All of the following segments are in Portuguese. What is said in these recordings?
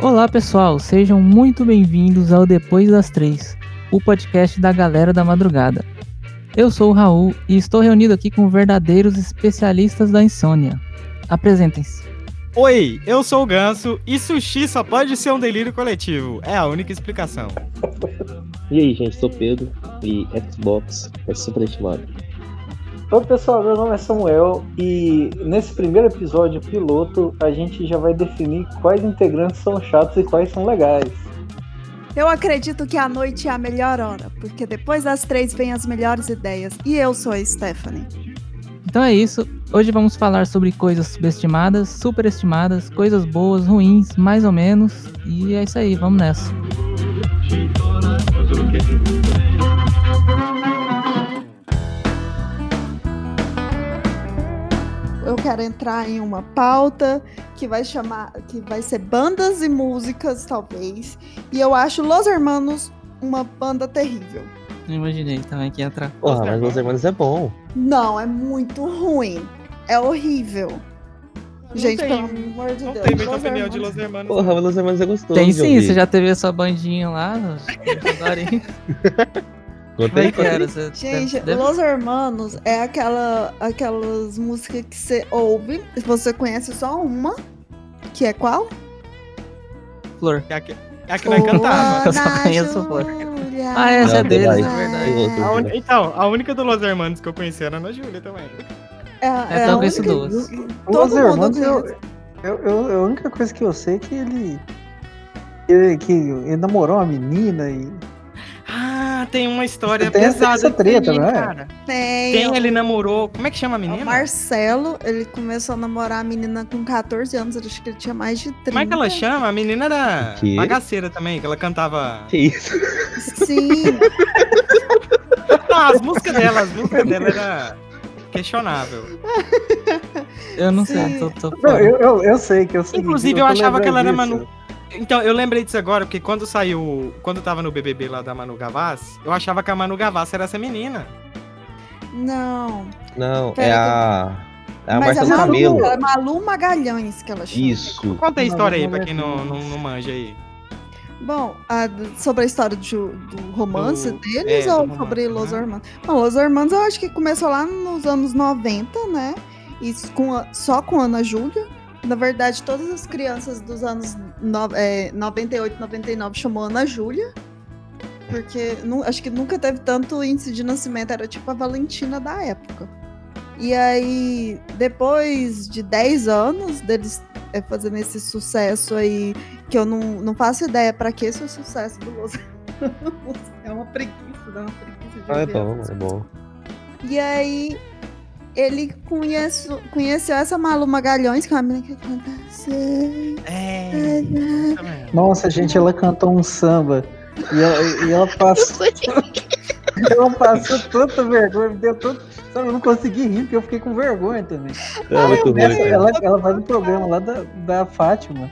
Olá pessoal, sejam muito bem-vindos ao Depois das Três, o podcast da galera da madrugada. Eu sou o Raul e estou reunido aqui com verdadeiros especialistas da insônia. Apresentem-se. Oi, eu sou o Ganso e sushi só pode ser um delírio coletivo. É a única explicação. E aí, gente, sou Pedro e Xbox é superestimado. Oi pessoal, meu nome é Samuel e nesse primeiro episódio piloto a gente já vai definir quais integrantes são chatos e quais são legais. Eu acredito que a noite é a melhor hora, porque depois das três vêm as melhores ideias. E eu sou a Stephanie. Então é isso. Hoje vamos falar sobre coisas subestimadas, superestimadas, coisas boas, ruins, mais ou menos. E é isso aí, vamos nessa. Eu quero entrar em uma pauta que vai chamar, que vai ser bandas e músicas, talvez. E eu acho Los Hermanos uma banda terrível. Não imaginei também que ia entrar. Porra, mas Los Hermanos é bom. Não, é muito ruim. É horrível. Gente, tem- pelo amor de Não Deus. tem muita Los opinião de Hermanos- Los Hermanos. Porra, mas Los Hermanos é gostoso. Tem de sim, ouvir. você já teve a sua bandinha lá? Adorei. Como é Contei, que era? Você Gente, deve- deve- Los Hermanos é aquela, aquelas músicas que você ouve, você conhece só uma, que é qual? flor. É a que, é a que não é cantada. eu só conheço Flor. Flor. Ah, essa é Não, deles, verdade. é verdade. Tem outro, A un- né? Então, a única do Los Hermanos que eu conheci era a Ana Júlia também. É, É, é então a eu conheço única- duas. Todo Os irmãos, mundo eu, eu, eu- a única coisa que eu sei é que ele. ele- que ele namorou uma menina e. Ah, tem uma história Tem essa- pesada. essa do treta, menino, não é? cara. Tem, Tem, ele namorou. Como é que chama a o menina? Marcelo, ele começou a namorar a menina com 14 anos, eu acho que ele tinha mais de 30. Como é que ela chama? A menina era Que? bagaceira também, que ela cantava. Que isso? Sim, Ah, as músicas dela, as músicas dela era questionável. Eu não Sim. sei, tô, tô Não, fora. eu, eu, eu sei que eu sei. Inclusive, eu tô achava que ela era lembrando Manu. Então, eu lembrei disso agora, porque quando saiu. Quando tava no BBB lá da Manu Gavassi, eu achava que a Manu Gavassi era essa menina. não. Não, é Pera, a. É a Mas é Marcia Malu, Camelo. é Malu Magalhães que ela chama. Isso. Conta a Manu história aí, pra Gavassi. quem não, não, não manja aí. Bom, a- sobre a história de- do romance Do- deles é, do ou romance, sobre Los né? Hermanos? Bom, Los Hermanos eu acho que começou lá nos anos 90, né? E s- com a- só com Ana Júlia. Na verdade, todas as crianças dos anos no- é, 98, 99 chamou Ana Júlia. Porque nu- acho que nunca teve tanto índice de nascimento, era tipo a Valentina da época. E aí, depois de 10 anos deles é, fazendo esse sucesso aí, que eu não, não faço ideia pra que esse é o sucesso do Los Hermanos. É uma preguiça, dá uma preguiça de Ah, é ouvir bom, essas é bom. e aí ele conhece, conheceu essa Malu Magalhães, que é uma menina que canta. "Sei É. lá". isso. Nossa, gente, ela cantou um samba. E ela, e ela passou. ela passou tanta vergonha, me deu tanto. Sabe, eu não consegui rir, porque eu fiquei com vergonha também. É muito ruim, Essa- cara. ela, ela vai no programa lá da, da Fátima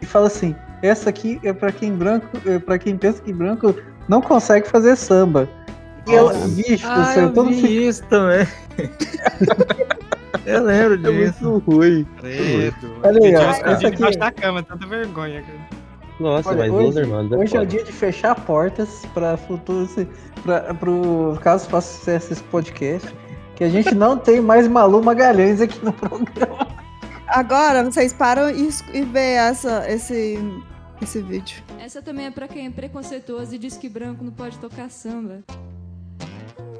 e fala assim: essa aqui é pra quem branco, é pra quem pensa que branco não consegue fazer samba. E ela, Nossa. bicho, do Ah, céu, eu todo mundo vi isso também. eu lembro É disso. muito ruim. Credo. Olha aí, Pediu ó, uma essa escondida aqui- debaixo da cama, tanta vergonha. cara. Nossa, Olha, mas hoje- Los Hermanos é Hoje é o foda. dia de fechar portas para futuro, se- pra- pro caso faça sucesso esse podcast, que a gente não tem mais Malu Magalhães aqui no programa. Agora vocês param e, es- e vê essa, esse, esse vídeo. Essa também é pra quem é preconceituoso e diz que branco não pode tocar samba. Não,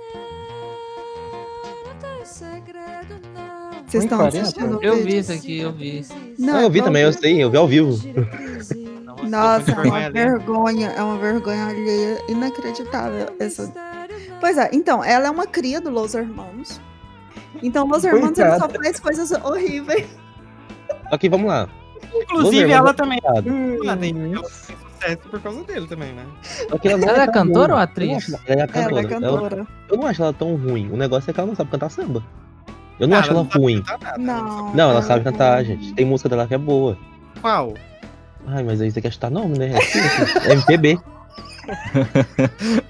não tem segredo, não. Vocês estão 1h40? assistindo o Eu vi vídeo? isso aqui, eu vi. Não, Ah, eu vi não, também, eu sei, eu vi ao vivo. Nossa, Nossa, muita é vergonha uma ali. vergonha, é uma vergonha alheia inacreditável essa Pois é, então, ela é uma cria do Los Hermanos. Então, Los Hermanos ele só faz coisas horríveis. Ok, vamos lá. Inclusive, Los ela Hermanos também. é foda. Ela tem ela tem sucesso por causa dele também, né? Ok, ela não tá Ela é tão cantora ruim. ou atriz? Eu não acho Ela é Ela cantora. é Ela- cantora. Eu não acho ela tão ruim. O negócio é que ela não sabe cantar samba. Eu não Ah, acho ela sabe ruim. cantar nada, ela Não. Não, ela sabe cantar, gente. Tem música dela que é boa. sabe- Qual? Ai, mas aí você quer chutar nome, né? É assim, assim, MPB.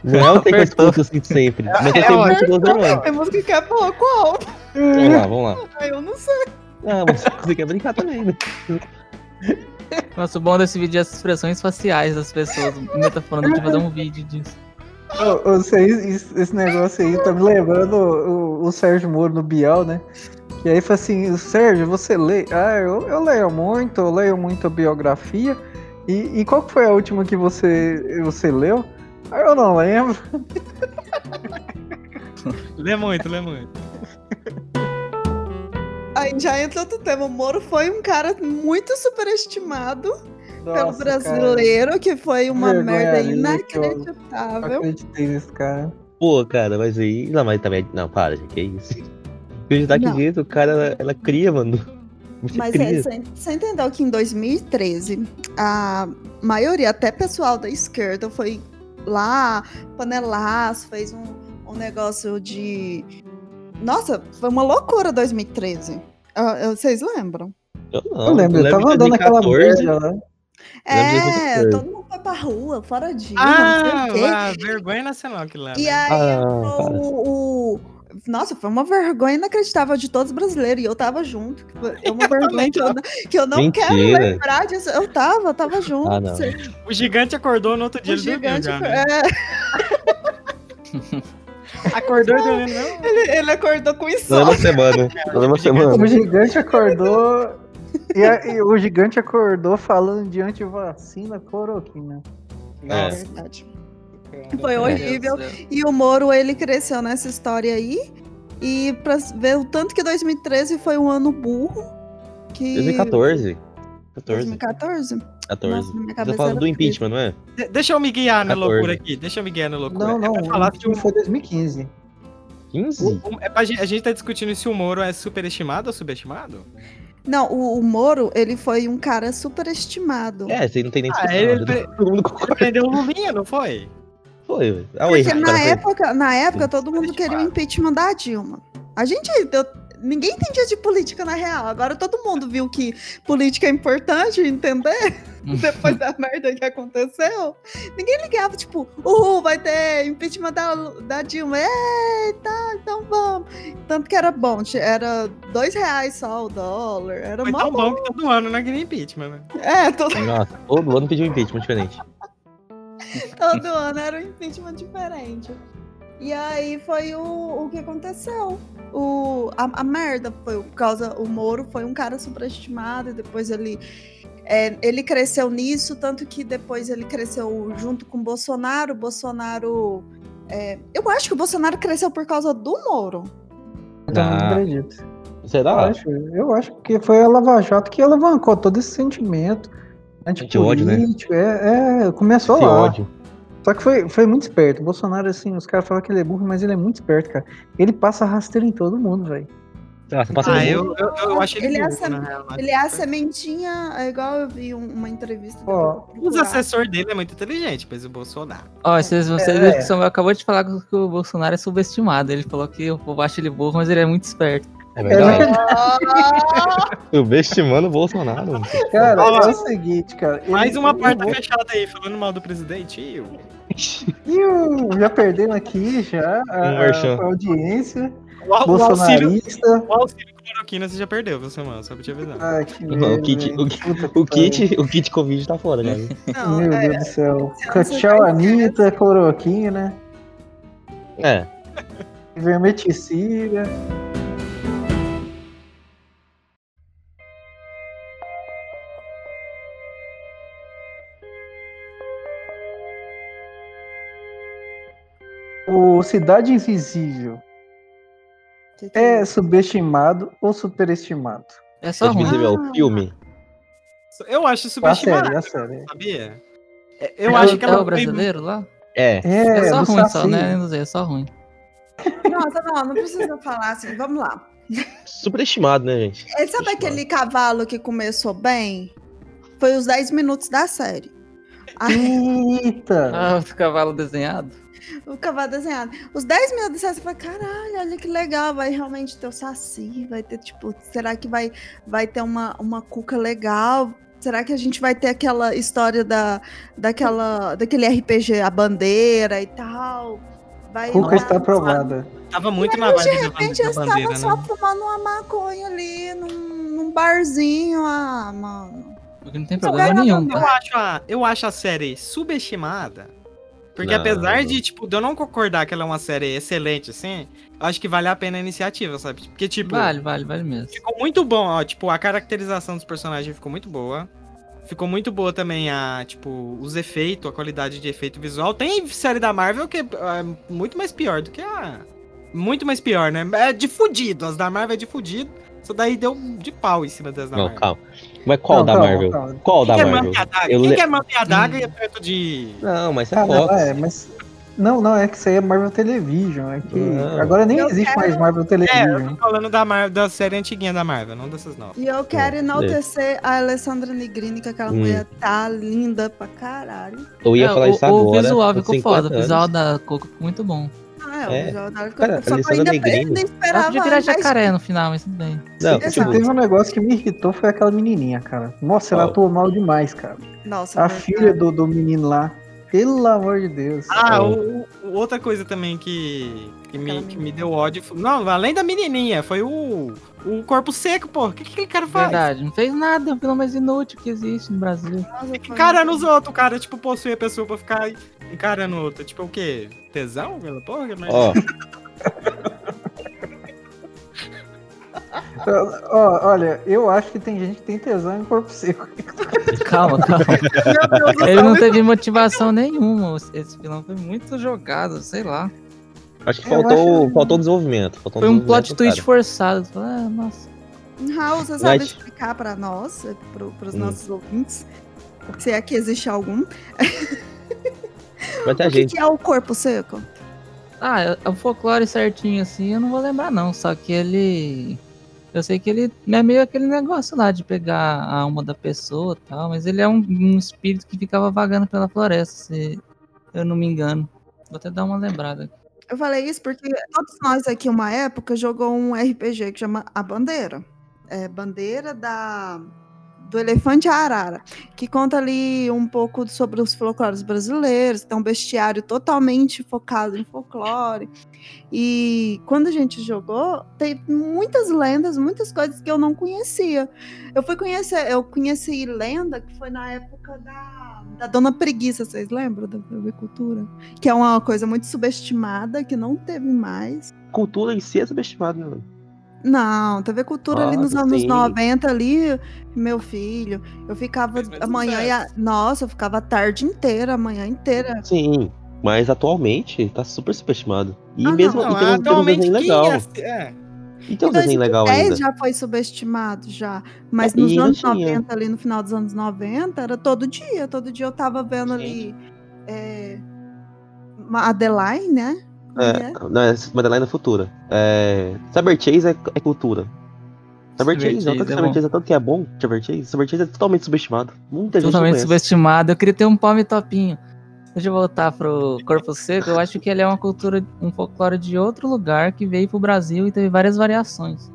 Não é o que eu escuto assim sempre. Mas eu É sei ótimo. muito dos anões. Tem música que é boa, qual? Vamos lá, vamos lá. Ai, Eu não sei. Ah, mas você quer brincar também, né? Nossa, o bom desse vídeo é as expressões faciais das pessoas. Ainda tá falando de fazer um vídeo disso. Ô, ô, isso aí- isso- esse negócio aí tá me lembrando o, o- o Sérgio Moro no Bial, né? E aí fala assim, Sérgio, você lê? Ah, eu, eu leio muito, eu leio muito a biografia. E, e qual que foi a última que você, você leu? Ah, eu não lembro. Lê muito, lê muito. Aí já entra outro tema. O Moro foi um cara muito superestimado pelo Nossa, brasileiro, que foi uma Vergonha merda ali, cara, não inacreditável. acreditei nesse cara. Pô, cara, mas aí. Não, mas também. Não, para, gente, que isso. Acreditar que Não. jeito, o cara, ela, ela cria, mano. Você Mas cria. é, sem, sem entender que em 2013, a maioria, até pessoal da esquerda, foi lá, panelaço, fez um, um negócio de. Nossa, foi uma loucura 2013. Ah, eu- Vocês lembram? Eu não. Eu lembro, eu tava de andando aquela 2014, merda lá. Lembro de É, 2013. todo mundo foi pra rua, fora disso, Ah, não sei o quê. ah, vergonha nacional que lá. né? E aí Ah, Foi para. o, o- Nossa, foi uma vergonha inacreditável de todos os brasileiros. E eu tava junto. que foi- É uma vergonha que eu, não- que eu não quero Mentira. lembrar disso. Eu tava, tava junto. Ah, não. sei. O gigante acordou no outro dia, O ele dormiu gigante. já, né? é, Acordou e dormiu, não? ele, ele acordou com isso. Toda é semana. é Toda O semana. gigante acordou. e, a- e o gigante acordou falando de antivacina cloroquina. É. É verdade. É É, Foi É. horrível. E o Moro, ele cresceu nessa história aí. E pra ver o tanto que 2013 foi um ano burro. Que... 2014. 14. 2014? 14. Nossa, na minha Você cabeça fala era do isso. impeachment, não é? De- Deixa eu me guiar na 14. loucura aqui. Deixa eu me guiar na loucura. Não, não, É pra falar se o- foi 2015. 15? o- o- é pra gen- a gente tá discutindo se o Moro é superestimado ou subestimado? Não, o, o Moro, ele foi um cara superestimado. É, você não tem nem Ah, discussão. ele- né? Todo mundo Ele concorda. prendeu o Lulinha, não foi? Foi, velho. Ah, o Porque erro, cara, na foi. época, na época, todo mundo Superestimado. queria o impeachment da Dilma. A gente. eu- ninguém entendia de política na real. Agora todo mundo viu que política é importante, entender? Depois da merda que aconteceu. Ninguém ligava, tipo, uhul, vai ter impeachment da, Lu- da Dilma. Eita, então vamos. Tanto que era bom, ti- era dois reais só o dólar. Era Foi mó tão bom. bom que todo ano, né? Que nem impeachment, né? É, todo, Nossa, todo ano um pediu impeachment diferente. Todo ano era um impeachment diferente. E aí foi o, o que aconteceu. O, a, a merda foi por causa. O Moro foi um cara superestimado e depois ele. é, ele cresceu nisso, tanto que depois ele cresceu junto com o Bolsonaro. O Bolsonaro. é, eu acho que o Bolsonaro cresceu por causa do Moro. Eu também Ah. não acredito. Eu Ah. Será? acho, eu acho que foi a Lava Jato que alavancou todo esse sentimento. Anti-ódio, né? antipolítico, É, é, começou Esse lá. ódio. Só que foi, foi muito esperto. O Bolsonaro, assim, os caras falam que ele é burro, mas ele é muito esperto, cara. Ele passa rasteiro em todo mundo, velho. Ah, você passou Ah, no- eu, eu, eu achei Ele é burro, essa- na real, né? Ele é a sementinha, é igual eu vi um- uma entrevista. Ó, Os assessores dele é muito inteligente, mas o Bolsonaro. Ó, vocês, vocês É. o Samuel acabou de falar que o Bolsonaro é subestimado. Ele falou que o povo acha ele burro, mas ele é muito esperto. É verdade. Ah! Subestimando o Bolsonaro. mano. Cara, Ó, é o seguinte, cara. ele- é um Mais uma porta ele- fechada aí, falando mal do presidente. Ih, o- Iu, já perdemos aqui já a, Um merchan. a audiência. O, Ah, au- o auxílio, Bolsonarista. o auxílio cloroquina você já perdeu, viu, Samuel? Só pra te avisar. Ai, que Não, o merda, kit, velho. o, Puta que o pariu. kit, o kit Covid tá fora, cara. Não, Meu é, Deus do céu. você Tchau, vai- Anitta, cloroquina, né? É. vermeticida. O Cidade Invisível é subestimado ou superestimado? É só Pode ruim. me dizer, é o filme? Eu acho A subestimado, sério, a sério. sabia? É, Eu É acho o- que é o ela foi brasileiro lá? É. É, É, só do ruim, só, Saci. né? Não sei, é só ruim. Nossa, não, não precisa falar assim. Vamos lá. Superestimado, né, gente? É, sabe aquele cavalo que começou bem? Foi os 10 minutos da série. Ah, Aí, Eita! Ah, o cavalo desenhado. O cavalo desenhado. Os 10 minutos dessa, você fala, caralho, olha que legal, vai realmente ter o saci, vai ter, tipo, será que vai, vai ter uma, uma cuca legal? Será que a gente vai ter aquela história da, daquela, daquele RPG, a bandeira e tal? Vai Cuca rolar- está aprovada. Tava muito na Mas, vibe de da repente eu bandeira, estava bandeira só né? fumando uma maconha ali num, num barzinho. Ah, mano. Porque não tem Não, problema vai nenhum, Eu tá? acho, a, eu acho a série subestimada. Porque Não. apesar de, tipo, de eu não concordar que ela é uma série excelente, assim, eu acho que vale a pena a iniciativa, sabe? Porque, tipo, Vale, vale, vale mesmo. ficou muito bom, ó. Tipo, a caracterização dos personagens ficou muito boa. Ficou muito boa também a, tipo, os efeitos, a qualidade de efeito visual. Tem série da Marvel que é é muito mais pior do que a. Muito mais pior, né? É de fudido. As da Marvel é de fudido. Isso daí deu de pau em cima das da Não, é. Marvel. calma. Mas qual Não, da calma, Marvel? calma. Qual da Quem quer Marvel? manter a daga? Eu Quem le- quer manter a daga e é perto de. Não, mas é Ah, não, Fox. é, mas. Não, não, é que isso aí é Marvel Television. É que Não. agora nem Eu existe quero- mais Marvel É, eu Television. tô falando da, Marvel, da série antiguinha da Marvel, não dessas novas. E eu quero É, enaltecer a Alessandra Negrini, que aquela Hum. mulher tá linda pra caralho. Eu ia É, falar o, isso o agora. visual com ficou foda. 50 O visual anos. da Coco ficou muito bom. Ah, é, É. o visual da hora que Cara, eu- só que eu Alessandra ainda Negrini. ainda Ela esperava. podia virar mais- jacaré no final, mas tudo bem. Não, Exato. Tipo, tipo, teve um negócio que me irritou, foi aquela menininha, cara. Nossa, ela Qual? atuou mal demais, cara. Nossa, A mas- filha do, do menino lá. Pelo amor de Deus. Ah, É. o- o- outra coisa também que, que, me, Aquela que me deu ódio. foi- Não, além da menininha, foi o, o corpo seco, pô. O que, que aquele cara faz? Verdade. Não fez nada, pelo mais inútil que existe no Brasil. Nossa, Fica foi um encarando os muito- outros, o cara, tipo, possui a pessoa pra ficar encarando outra. Tipo, o quê? Tesão? Pela porra, mas... Ó, Ah, ó, olha, eu acho que tem gente que tem tesão em corpo seco. Calma, calma. Meu Deus do Ele céu, não mas- teve motivação nenhuma. Esse vilão foi muito jogado, sei lá. acho que Eu faltou, acho- faltou um desenvolvimento. Faltou Foi um desenvolvimento plot do cara. twist forçado. Falei, Ah, nossa. um Raul, você sabe Mas- explicar pra nós, pro, pros Hum. nossos ouvintes, se é que existe algum, Mas o a que, gente. que é o corpo seco? Ah, eu- o folclore certinho assim, eu não vou lembrar não, só que ele... Eu sei que ele é meio aquele negócio lá de pegar a alma da pessoa e tal, mas ele é um, um espírito que ficava vagando pela floresta, se eu não me engano. Vou até dar uma lembrada. aqui. Eu falei isso porque todos nós aqui, uma época, jogou um RPG que chama A Bandeira. É, bandeira da, do Elefante Arara, que conta ali um pouco sobre os folclores brasileiros, tem um bestiário totalmente focado em folclore. E quando a gente jogou, tem muitas lendas, muitas coisas que eu não conhecia. Eu fui conhecer, eu conheci lenda que foi na época da, da Dona Preguiça, vocês lembram da agricultura? que é uma coisa muito subestimada, que não teve mais. Cultura em si é subestimada, né? mano? Não, TV Cultura ali Ah, nos anos sim. 90 ali, meu filho, eu ficava Fez muito amanhã e a, nossa, eu ficava a tarde inteira, a manhã inteira. Sim. Mas atualmente tá super subestimado. E Ah, mesmo não, e tem, um- tem um atualmente, desenho quem legal. é- é, E tem um Em desenho legal 2010 ainda. já foi subestimado já, mas É, nos e ainda anos tinha. 90 ali no final dos anos 90 era todo dia, todo dia eu tava vendo ali é, uma Adeline, né? É, não, é Madalena Futura. É, Cyber Chase é, é cultura. Cyber Cyber Chase, não, Chase tanto é que Cyber bom. Chase é tanto que é bom, Cyber Chase. Cyber Chase é totalmente subestimado. Muita gente não Totalmente conhece. subestimado. Eu queria ter um palme topinho. Deixa eu voltar pro Corpo Seco. Eu acho que ele é uma cultura, um folclore de outro lugar que veio pro Brasil e teve várias variações.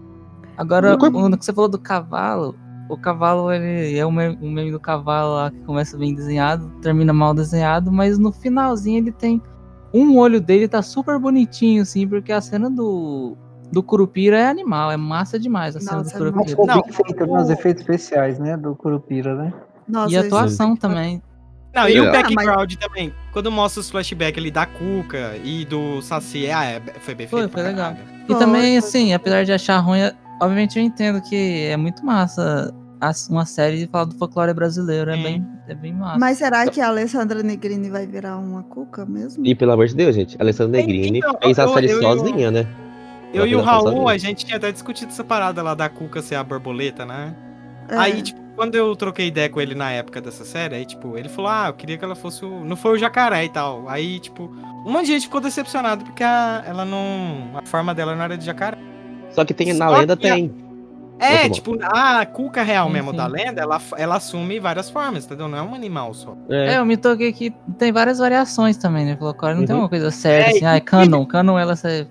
Agora, No corpo- quando você falou do cavalo, o cavalo ele é um meme, um meme do cavalo lá que começa bem desenhado, termina mal desenhado, mas no finalzinho ele tem um olho dele tá super bonitinho assim, porque a cena do do Curupira é animal, é massa demais a cena Nossa, é do Mas Curupira. ficou Não, bem feito, né? Os efeitos especiais, né? Do Curupira, né? Nossa, E a isso- atuação também. Não, e Ah, o background também. Quando mostra os flashbacks ali da Cuca e do Saci, ah, é, foi bem feito. Foi, pra foi legal. caralho. E Foi, também, foi. assim, apesar de achar ruim, obviamente eu entendo que é muito massa as- uma série de falar do folclore brasileiro. É, Sim. bem, é bem massa. Mas será que a Alessandra Negrini vai virar uma cuca mesmo? E pelo amor de Deus, gente, Alessandra Negrini Então, fez a eu- série eu- eu- sozinha, né? Eu Ela e o fez a série Raul, sozinha. a gente tinha até discutido essa parada lá da Cuca ser a borboleta, né? É. Aí, tipo, quando eu troquei ideia com ele na época dessa série, aí, tipo, ele falou, ah, eu queria que ela fosse o... Não foi o jacaré e tal. Aí, tipo, um monte de gente ficou decepcionado porque a- ela não... A forma dela não era de jacaré. Só que tem, na Só lenda que a- tem. É, Muito bom. tipo, a cuca real Sim, mesmo sim. da lenda, ela, ela assume várias formas, entendeu? Não é um animal só. É, eu me toquei que tem várias variações também, né? Falou, cara, não tem Uhum. uma coisa certa, É, assim, ah, é canon, canon ela sai-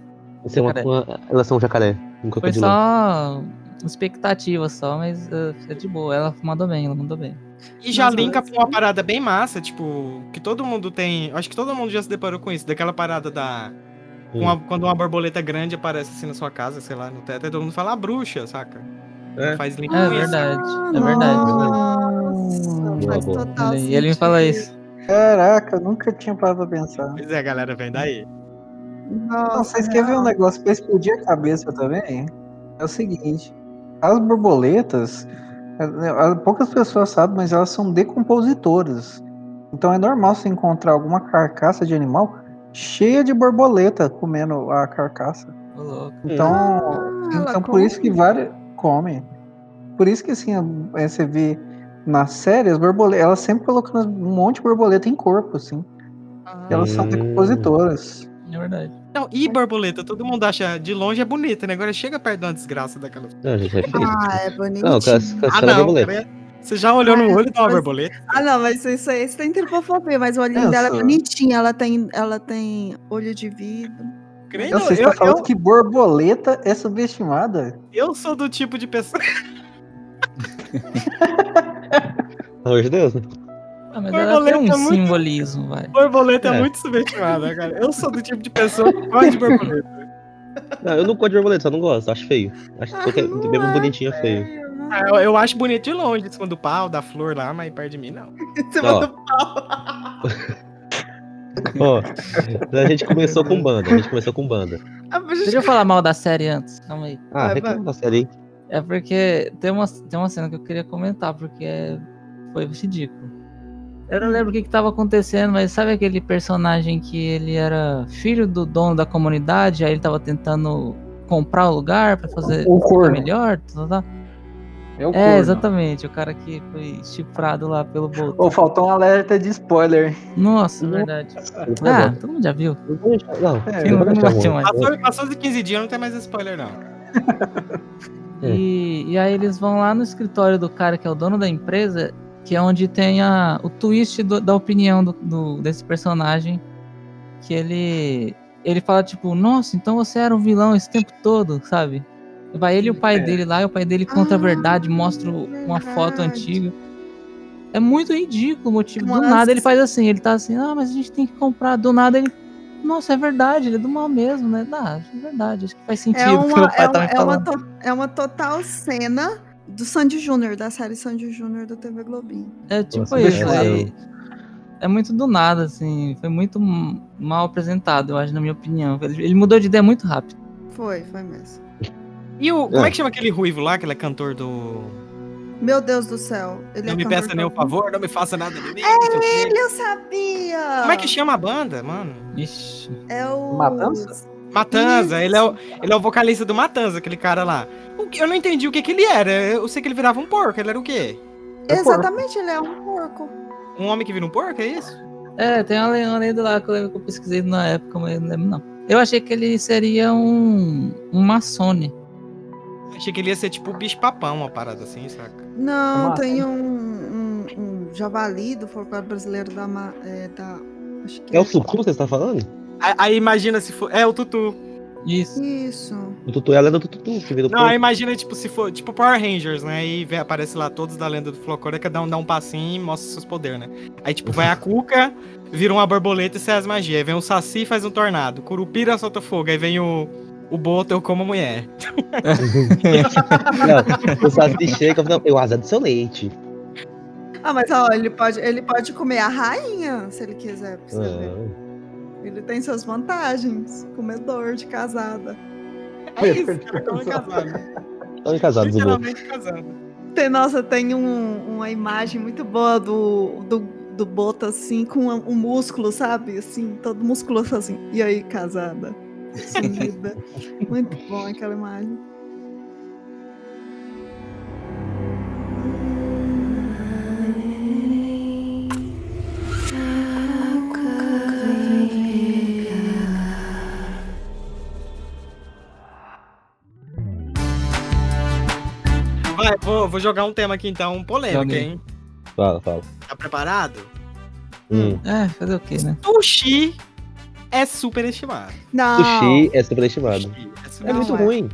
Essa é uma, Jacaré. uma relação jacaré. Um foi crocodilão. só expectativa só, mas ah, é de boa, ela mandou bem, ela mandou bem. E já Nossa, linka mas- pra uma parada bem massa, tipo, que todo mundo tem. Acho que todo mundo já se deparou com isso, daquela parada da. com Hum. a- quando uma borboleta grande aparece assim na sua casa, sei lá, no teto, aí todo mundo fala "Ah, bruxa, saca? É. Faz link É com isso. verdade, Ah, é verdade. Nossa, Boa, faz boa. total E ele me fala sentido. isso. É. Caraca, eu nunca tinha parado pra pensar. Pois é, galera, vem daí. Nossa, Nossa, vocês querem ver um negócio pra explodir a cabeça também? É o seguinte: as borboletas, é, é, poucas pessoas sabem, mas elas são decompositoras. Então é normal você encontrar alguma carcaça de animal cheia de borboleta comendo a carcaça. Ô, louco. Então, Ah, ela então por come. isso que várias comem. Por isso que assim, a- é, você vê na série as borboletas, elas sempre colocam um monte de borboleta em corpo, assim. Ah, E elas são Hum. decompositoras. É verdade. Não, e borboleta, todo mundo acha de longe é bonita, né? Agora chega perto da desgraça daquela. Não, gente, é feio. Ah, é bonitinho. Não, cas- Ah, cancela a borboleta. cara, Você já olhou no Ah, olho da mas- borboleta? Ah, não, mas isso aí você tem tripofobia, mas o olhinho Eu dela sou- é bonitinho, ela tem, ela tem olho de vidro. Creio, Não, não, eu, você está tá falando eu- que borboleta é subestimada? eu sou do tipo de pessoa. Pelo amor de Deus, né? Ah, mas ela Borboleta tem um é muito- simbolismo, vai. Borboleta é, É. muito subestimada, cara. Eu sou do tipo de pessoa que gosta de borboleta. Não, eu não gosto de borboleta, só não gosto, acho feio. Acho Ah, qualquer, não mesmo é bonitinho é feio. Em Ah, Eu, eu acho bonito de longe, em cima do pau, da flor lá, mas perto de mim não. cima Ó. do pau. Ó, a gente começou com banda, a gente começou com banda. A bicha- Deixa eu falar mal da série antes, calma aí. Ah, Vai, reclama da série, hein? É porque tem uma, tem uma cena que eu queria comentar, porque é- foi ridículo. Eu não lembro o que, que tava acontecendo, mas sabe aquele personagem que ele era filho do dono da comunidade, aí ele tava tentando comprar o lugar pra fazer O ficar corno. melhor? tá, tá, tá. É o É, corno. exatamente, o cara que foi chifrado lá pelo Boto. Ou faltou um alerta de spoiler. Nossa, é verdade. Ah, todo mundo já viu. Não vou deixar- Não, É, não vou não deixar bate ruim. mais. Passou, passou de 15 dias, não tem mais spoiler, não. É. E, e aí eles vão lá no escritório do cara que é o dono da empresa, que é onde tem a, o twist do- da opinião do, do- desse personagem. Que ele. Ele fala, tipo, nossa, então você era um vilão esse tempo todo, sabe? Vai ele e o pai É. dele lá, e o pai dele conta a Ah, verdade, mostra o- uma foto verdade. antiga. É muito ridículo o motivo. Do Nossa. nada ele faz assim, ele tá assim, ah, mas a gente tem que comprar. Do nada ele. Nossa, é verdade, ele é do mal mesmo, né? Ah, é verdade, acho que faz sentido É o que meu uma, pai é, tá uma, me é, uma falando. to- é uma total cena do Sandy Júnior, da série Sandy Júnior do TV Globinho. É tipo Nossa, isso. deixa aí. É muito do nada, assim. Foi muito m- mal apresentado, eu acho, na minha opinião. Ele, ele mudou de ideia muito rápido. Foi, foi mesmo. E o. Como É. é que chama aquele ruivo lá, que ele é cantor do. Meu Deus do céu. Ele Não é me cantor peça nenhum do- É favor, não me faça nada de mim. não sei o quê. Ele, eu sabia! Como é que chama a banda, mano? Ixi. É o... Matança? Matanza, Isso. ele é, o, ele é o vocalista do Matanza, aquele cara lá. O que- eu não entendi o que, que ele era. Eu sei que ele virava um porco, ele era o quê? É porco. Exatamente, ele é um porco. Um homem que vira um porco, é isso? É, tem uma le- uma lenda lá que eu lembro que eu pesquisei na época, mas eu não lembro, não. Eu achei que ele seria um, um maçone. Achei que ele ia ser tipo o bicho papão, uma parada assim, saca? Não, Mata. tem um, um, um javali do folclore brasileiro da, ma- é, da- Acho que É o Sucum que você tá falando? Aí, aí imagina se for. É o Tutu. Isso. Isso. O Tutu é a lenda do Tutu, que vira o Não, aí é. porco. imagina, tipo, se for. Tipo Power Rangers, né? E vê- aparece lá todos da lenda do Flocora, cada um dá um passinho e mostra seus poderes, né? Aí, tipo, vai a Cuca, vira uma borboleta e sai as magias. Aí vem o Saci e faz um tornado. Curupira solta fogo. Aí vem o. O Boto, eu como mulher. Não, o Saci chega e fala, eu azar do seu leite. Ah, mas ó, ele pode, ele pode comer a rainha, se ele quiser. pra você ver. Ah, Ele tem suas vantagens. Comedor de casada. É isso, cara, como é casado. Tão então, casados, Zubu. Literalmente casado. Tem, nossa, tem um- uma imagem muito boa do, do, do Boto, assim, com um, um músculo, sabe? Assim, todo musculoso, assim. E aí, casada? Sumida. muito bom aquela imagem. Vai, vou, vou jogar um tema aqui então, polêmico, Joga aí. hein? Fala, fala. Tá preparado? Hum. É, fazer o quê, né? Sushi é superestimado. Não. Sushi é superestimado. Sushi é É superestimado. Não muito é. ruim.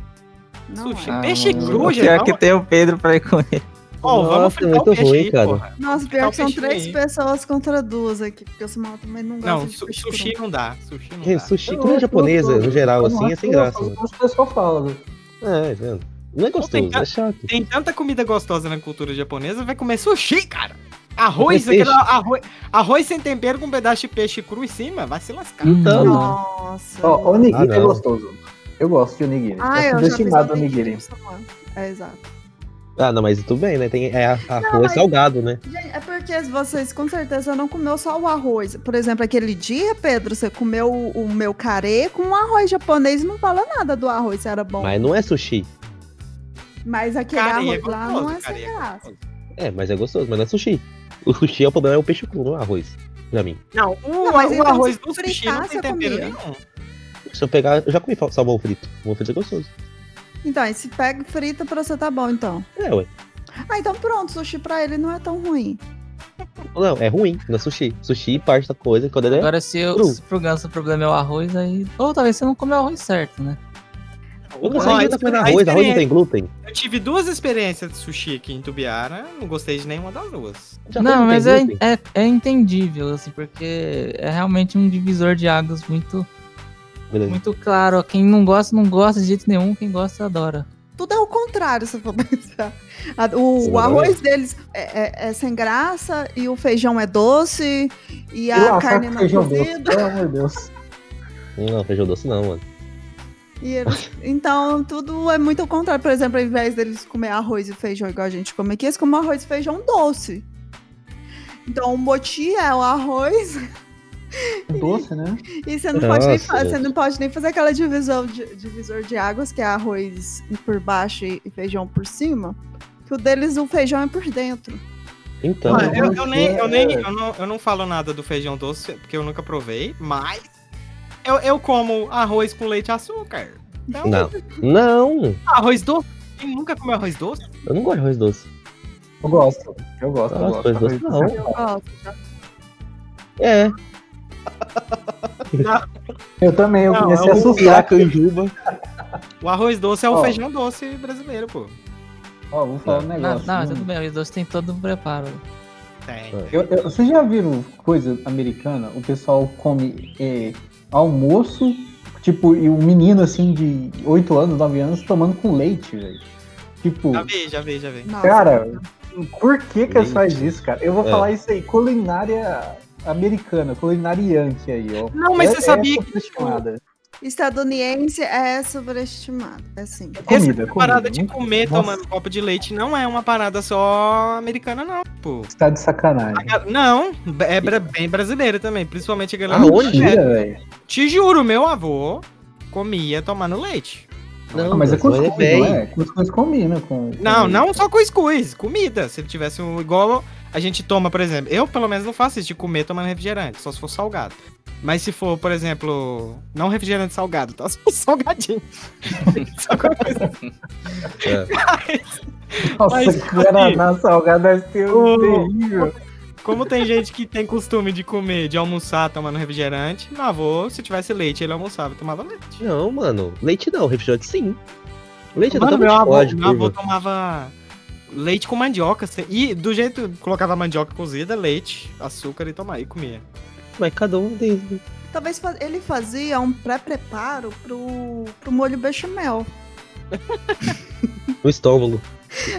Não Sushi. é. Ah, Peixe mano, cru, o Pior geral, que é. tem o Pedro pra ir com ele. Ó, vamos Nossa, é fritar muito o peixe ruim, aí, cara. porra. Nossa, Tá pior o que são peixe três aí. pessoas contra duas aqui, porque o Samuel também não gosta Não, de su- peixe cru. sushi não dá. Sushi não É, dá. sushi, comida japonesa, no geral, assim, é sem graça. né? As pessoas falam, velho. É, tá vendo? Não é gostoso, é chato. Tem tanta comida gostosa na cultura japonesa, vai comer sushi, cara. Arroz, Vai comer aquele arroz, arroz sem tempero com um pedaço de peixe cru em cima, vai se lascar. Então, Hum, Ah, não. Nossa. Ó, o Ah, onigiri é não. gostoso. Eu gosto de onigiri. ah, é eu já fiz subestimado o um vídeo onigiri. do Samuel. É, exato. Ah, não, mas tudo bem, né? Tem é, arroz mas- salgado, né? Gente, é porque vocês com certeza não comeu só o arroz. Por exemplo, aquele dia, Pedro, você comeu o, o meu carê com um arroz japonês e não fala nada do arroz, se era bom. Mas, Mas não é sushi. aquele Cara, e é arroz lá gostoso, não é cara, sem e é graça. gostoso. É, mas é gostoso, mas não é sushi. O sushi é o problema, é o peixe cru, não é o arroz. Pra mim. Não, o, Não, mas o então arroz se do sushi fritar, não tem você tempero comia. nenhum. Se eu pegar, eu já comi fa- salmão frito. Salmão frito é gostoso. Então, aí se pega e frita pra você tá bom, então. É, ué. Ah, então pronto, sushi pra ele não é tão ruim. Não, é ruim, não é sushi. Sushi parte da coisa, quando ele é. Agora, se, eu, Cru. se pro Ganso o problema é o arroz, aí. Ou talvez você não comeu o arroz certo, né? Eu não Ó, sei tá comendo a arroz, arroz não experiência- tem glúten. Eu tive duas experiências de sushi aqui em Tubiara, não gostei de nenhuma das duas. Já não, arroz mas é, tem glúten. é, é entendível, assim, porque é realmente um divisor de águas muito, Beleza. muito claro. Quem não gosta, não gosta de jeito nenhum, quem gosta, adora. Tudo é o contrário, se for pensar. A- O, o Sim, arroz deles é, é- é sem graça e o feijão é doce e Eu a acho carne que não é feijão doce, cozida. pelo amor de Deus. Não, feijão doce não, mano. E eles- então, tudo é muito ao contrário. Por exemplo, ao invés deles comer arroz e feijão igual a gente come aqui, eles comem arroz e feijão doce. Então, o moti é o arroz Doce, né? e você não, pode nem, Nossa, fa- você gente. não pode nem fazer aquela divisão de, divisor de águas, que é arroz por baixo e, e feijão por cima. Que o deles, o feijão é por dentro. Então, Olha, eu, eu nem, eu, nem é. eu, não, eu não falo nada do feijão doce, porque eu nunca provei, mas eu, eu como arroz com leite e açúcar. Então, Não. não, arroz doce? Quem nunca comeu arroz doce? eu não gosto de arroz doce. Eu gosto. Eu gosto, eu Ah, gosto. coisa doce Arroz não. doce. Eu gosto, já É, Eu também, eu Não, comecei é a um assustar. canjuba. O arroz doce é o Ó. feijão doce brasileiro, pô. Ó, vou falar um Não, negócio. não, mas Hum. tudo bem, o doce tem todo o preparo. Tem. É. Eu- eu- vocês já viram coisa americana? O pessoal come é, almoço, tipo, e um menino assim de 8 anos, 9 anos tomando com leite, velho. Tipo, Já vi, já vi, já vi. Nossa, cara, por que que eles Leite. faz isso, cara? Eu vou É. falar isso aí, culinária americana, culinária yankee aí, ó. Não, mas É- você sabia tipo, é superestimada. estadunidense é sobreestimado. É assim. Comida, Essa parada comida, de muito- comer Nossa. tomando um copo de leite não é uma parada só americana, não, pô. Você tá de sacanagem. Não, é bra- bem brasileira também, principalmente a galera. do Aonde? Nordeste. Ah, Mentira, velho. Te juro, meu avô comia tomando leite. Ah, Não, mas é cuscuz, não bem. é? Cuscuz combina com... Não, com- não só cuscuz, comida. Se ele tivesse um igual a gente toma, por exemplo. Eu, pelo menos, não faço isso de comer tomando refrigerante, só se for salgado. Mas se for, por exemplo, não refrigerante salgado, tá? Se for salgadinho. Só com coisa- Nossa, Mas, Guaraná salgado deve ser o- terrível. Como tem gente que tem costume de comer, de almoçar tomando refrigerante, meu avô, se tivesse leite, ele almoçava e tomava leite. Não, mano. Leite não, refrigerante sim. Leite é não Mano, também meu avô, pode, meu avô curva. tomava leite com mandioca. se- E do jeito, colocava mandioca cozida, leite, açúcar e tomava, e comia. Mas cada um tem. Talvez fa- ele fazia um pré-preparo pro, pro molho bechamel. No um estômago.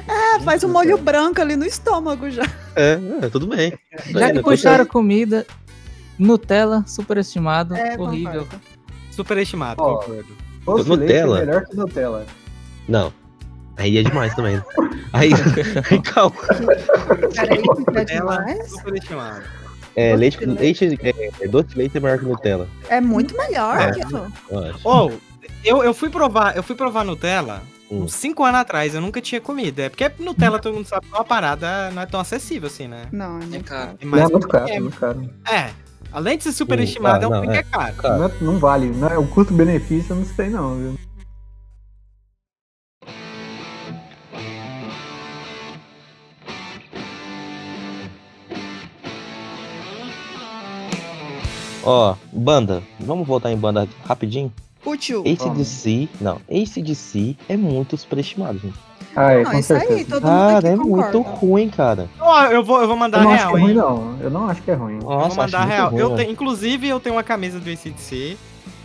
É, faz um molho branco ali no estômago já. É, é, tudo bem. Já É, que não, puxaram comida, Nutella, superestimado, É, horrível. concordo. Superestimado, Ó. concordo. Doce de leite é Nutella. melhor que Nutella. Não. Aí é demais também. Aí, aí calma. Peraí, que é Ela é demais. superestimada. É, leite, com- de leite, é, é, doce de leite é maior que Nutella. É muito melhor, É. Guido. eu acho. Ou, eu, eu fui provar, eu fui provar Nutella Hum. uns 5 anos atrás, eu nunca tinha comido. É porque Nutella, todo mundo sabe que é uma parada, não é tão acessível assim, né? Não, é muito caro. caro. É, não, mais- é muito caro, é, é muito caro. é. além de ser superestimado, Hum, ah, é um não, trem que é caro. Cara. Não, é- não vale. Não é, o custo-benefício eu não sei não, viu? Ó, banda. Vamos voltar em banda rapidinho? Útil. Ace DC. Não, Ace DC é muito superestimado, gente. Ah, é, Não, com isso aí, certeza. todo mundo Cara, aqui é concorda. muito ruim, cara. Então, Ó, eu vou, eu vou Eu mandar não acho que real, é ruim, hein? não. Eu não acho que é ruim. Nossa, vou mandar acho muito real. ruim, eu velho. tenho- inclusive, eu tenho uma camisa do ACDC.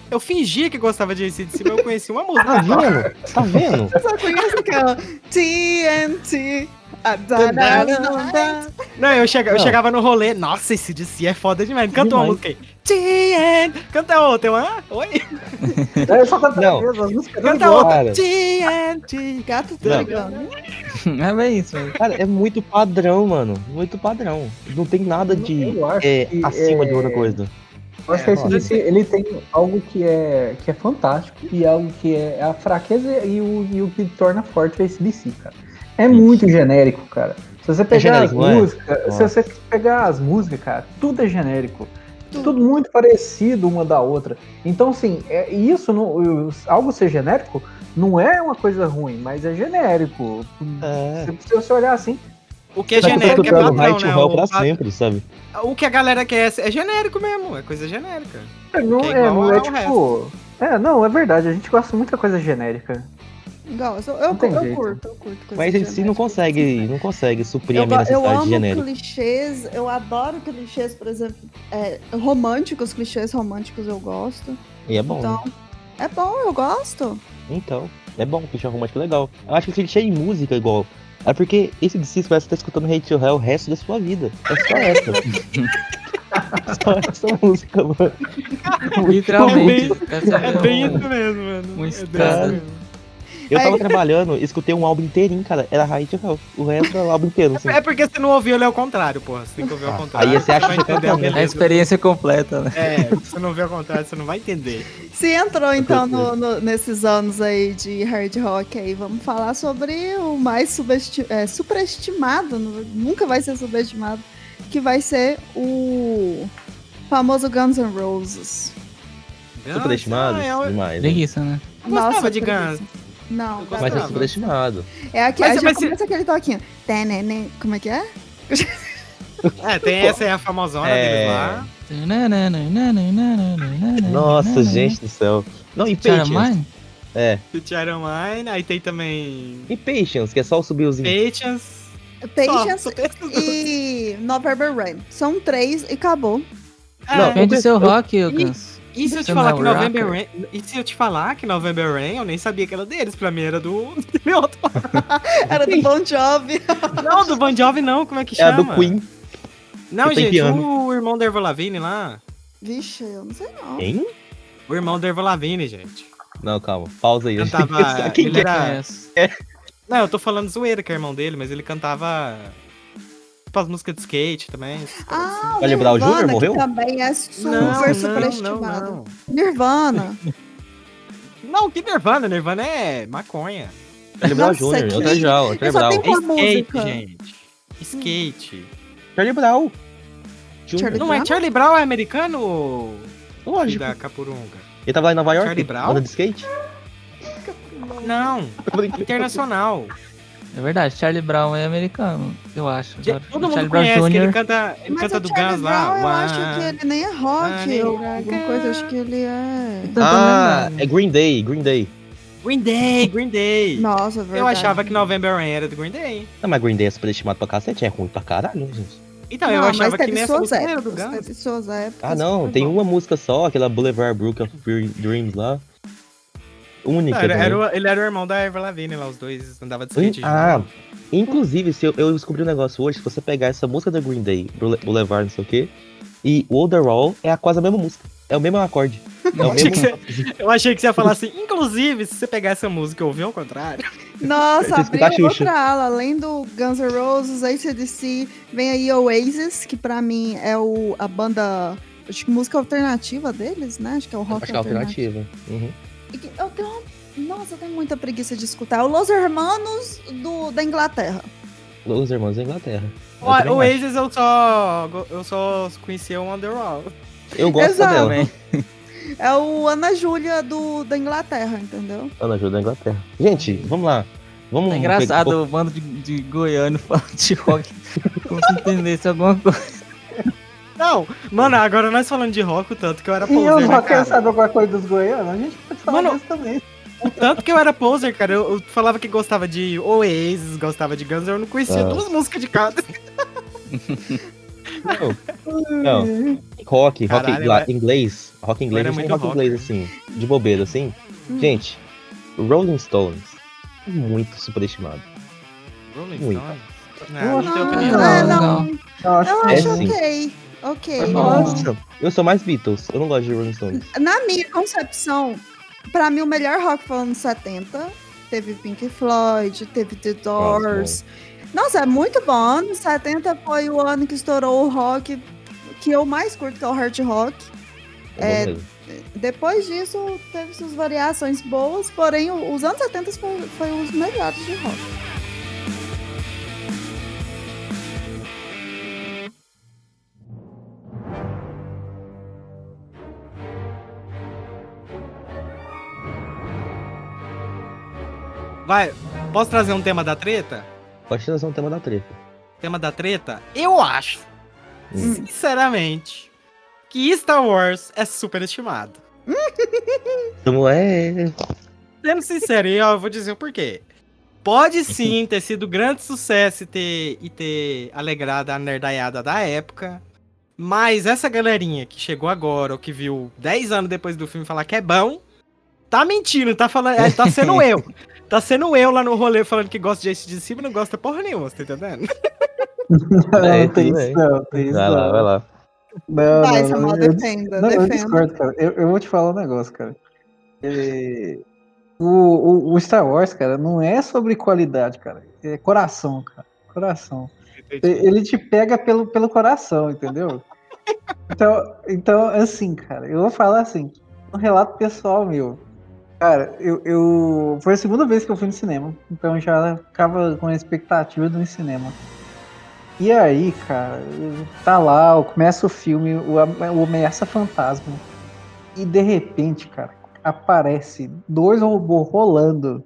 Eu fingia que gostava de ACDC, mas eu conheci uma música. Tá vendo? Tá vendo? Eu só conheço aquela TNT. Não, eu, chega- eu Não. chegava no rolê. Nossa, esse DC é foda demais. Canta uma Demais. música aí. TN. Canta outra. uma- Oi. É, eu só canto Não. mesmo, as músicas eu Canta gosto. Cara. outra. Tá TNT. Gato Não. brigando. é bem isso, velho. Cara, é muito padrão, mano. Muito padrão. Não tem nada de Eu acho é, que, acima de é, outra coisa. Eu acho que É, esse DC, ele tem algo que é, que é fantástico e algo que é a fraqueza e o, e o que torna forte o ACDC, cara. É Isso. muito genérico, cara. Se você pegar genérico, não as é? músicas, se Nossa. você pegar as músicas, cara, tudo é genérico. Tudo. Tudo, muito parecido uma da outra. Então, assim, é, e isso, não, algo ser genérico, não é uma coisa ruim, mas é genérico. É. Se, se você olhar assim, O que é Tá genérico é escutando padrão, Right to né? Hell pra O, pa- sempre, sabe? o que a galera quer é é genérico mesmo. É coisa genérica. não Que é é, não igual é ao tipo. É, não, é verdade. A gente gosta de muita coisa genérica. Gosto. Eu, Não tem eu jeito. curto, eu curto. coisa Mas esse não genérica. consegue, não consegue suprir Eu, a minha go- eu necessidade de amo genérico. clichês, eu adoro clichês, por exemplo, é, românticos, clichês românticos eu gosto. E é bom, né? Então, é bom, eu gosto. Então, é bom, clichê romântico é legal. Eu acho que clichê em música é igual. É porque esse DC você vai estar tá escutando Hate to Hell o resto da sua vida. É só essa. só essa música, mano. Literalmente. Essa É um- bem isso mesmo, mano. um É bem isso estado. mesmo. Eu tava É. trabalhando, escutei um álbum inteirinho, cara. Era Hate to Hell. O resto era o álbum inteiro, assim. É porque você não ouviu ele ao contrário, porra. Você tem que ouvir ao Ah, contrário. aí você tá acha vai entender a completamente. É a beleza. experiência completa, né? É, se você não vê ao contrário, você não vai entender. Se entrou então certeza. no- no- nesses anos aí de hard rock aí, vamos falar sobre o mais subesti- é, superestimado, nu- nunca vai ser subestimado, que vai ser o famoso Guns N' Roses. Superestimado, Ah, eu- eu demais. né? Preguiça, né? gostava de preguiça. Guns. Não, Eu Guns Mas é gostava. não. superestimado. É aqui, Mas- aí já mas- começa aquele toquinho. Tenene, como é que é? É, tem essa aí, a famosona É. deles lá. Nossa, gente do céu. Não, e Cara, Patience. É. City Iron Mine. Aí tem também E Patience, que é só o subirzinho. Patience. Patience Só, só tem essas duas. e November Rain. São três e acabou. É, Depende do seu eu- rock, Lucas. E se eu te Você falar não que é o November Rain... E se eu te falar que November Rain, eu nem sabia que era deles. Pra mim era do... do outro. Era do Bon Jovi. não, do Bon Jovi não. Como é que É a chama? do Queen. Não, que tem gente. piano. O irmão da Erva Lavigne lá. Vixe, eu não sei não. Hein? O irmão da Erva Lavigne, gente. Não, calma. Pausa aí. Eu gente. Tem que tava- pensar quem ele que é. era- Conheço. Não, eu tô falando zoeira que é irmão dele, mas ele cantava... Tipo as músicas de skate também. Ah, o Charlie Brown Jr. Nirvana, morreu? que também é Não, super superestimado. Nirvana. Não, que Nirvana? Nirvana é maconha. é Charlie Brown Nossa, Jr., que- Outra já, outra Eu só Brown. tenho É Uma skate, música. Hum. gente. Skate. Charlie Brown. Jr. Charlie- Não é Brown? Charlie Brown é americano? Filho Lógico. da Capurunga. Ele tava lá em Nova York? Charlie Brown? Anda de skate? Não, internacional. É verdade, Charlie Brown é americano, eu acho. Je- Agora, Todo mundo Charlie conhece Brown que ele Jr. canta, ele Mas canta o do Charlie Guns Brown, lá. eu acho que One- ele nem é One- rock ou alguma coisa, acho que ele é... Tô tentando Ah, lembrar. é Green Day, Green Day. Green Day, Green Day. Nossa, é verdade. Eu achava que November Rain era do Green Day. Não, mas Green Day é superestimado pra cacete, é ruim pra caralho, gente. Então, eu Não, achava mas que teve nessa suas música era do épocas, Guns. teve suas épocas. Ah, não, Foi tem bom. uma música só, aquela Boulevard Brook of Dream- Dreams lá. Única. Não, era- também. era o- ele era o irmão da Ever Lavigne lá, os dois andavam de Green- skate. Ah, junto. inclusive, se eu, eu descobri um negócio hoje, se você pegar essa música da Green Day, Boule- Boulevard, não sei o quê, e o Overall é a- quase a mesma música. É o mesmo acorde. É o Eu achei, mesmo. que você, eu achei que você ia falar assim, inclusive, se você pegar essa música e ouvir ao contrário. Nossa, Você escuta a abriu Xuxa. outra ala. Além do Guns N' Roses, ACDC, vem aí Oasis, que pra mim é o, a banda... Acho que música alternativa deles, né? Acho que é o rock Acho que é a alternativa. Uhum. E que- Eu tenho uma- Nossa, eu tenho muita preguiça de escutar. É O Los Hermanos do, da Inglaterra. Os Irmãos da Inglaterra. Eu Ó, também O acho. Oasis eu só, eu só conhecia o Underworld. Eu gosto Exato. dela. É o Ana Júlia do, da Inglaterra, entendeu? Ana ajuda da Inglaterra. Gente, vamos lá. Vamos É Tá engraçado o bando de, de goiano falando de rock. Como se entendesse alguma coisa. Não, mano, agora nós falando de rock, o tanto que eu era E é os poser, né, rockers cara? sabem alguma coisa dos goianos? A gente pode falar Mano, disso também. O tanto que eu era poser, cara. Eu, eu falava que gostava de Oasis, gostava de Guns, eu não conhecia Ah. duas músicas de cada. Não. um Rock, rock Caralho, ingla- mas- inglês. Rock inglês, Era a gente tem muito rock. rock, né? Hum. inglês, assim, de bobeira, assim. Gente, Rolling Stones é muito superestimado. Rolling Ui. Stones? Eu Não, não tenho não, opinião. não. é, não. Eu acho Eu que- acho É, sim. ok. Ok. É bom. Eu acho- Nossa, eu sou mais Beatles, eu não gosto de Rolling Stones. Na minha concepção, pra mim o melhor rock foi anos 70. Teve Pink Floyd, teve The Doors. Nossa, é muito bom. Anos 70 foi o ano que estourou o rock que eu mais curto, que é o hard rock. Eu É, não mesmo. Depois disso, teve suas variações boas, porém o- os anos 70 foi, foi os melhores de rock. Vai, posso trazer um tema da treta? Pode trazer um tema da treta. Tema da treta? Eu acho, Hum. sinceramente, que Star Wars é superestimado. Então é. Sendo sincero, e ó, eu vou dizer o porquê. Pode sim ter sido grande sucesso e ter, e ter alegrado a nerdaiada da época. Mas essa galerinha que chegou agora, ou que viu 10 anos depois do filme falar que é bom, tá mentindo, tá falando. é, tá sendo eu. Tá sendo eu lá no rolê falando que gosta de ACDC, mas não gosta porra nenhuma, você tá entendendo? Não, É, não tem tudo isso bem. não, tem isso Vai lá, vai não. lá. Não, Vai, não, Samuel, Ah, eu- defenda, Não, é eu defenda. discordo, cara. Eu, eu vou te falar um negócio, cara. É, O, o- o Star Wars, cara, não é sobre qualidade, cara. É coração, cara. Coração. E- Ele te pega pelo, pelo coração, entendeu? Então, então, assim, cara, eu vou falar assim, um relato pessoal meu. Cara, eu, eu- Foi a segunda vez que eu fui no cinema. Então já ficava com a expectativa do cinema. E aí, cara, tá lá, eu- começa o filme, o, Am- o Ameaça Fantasma. E de repente, cara, aparece dois robôs rolando.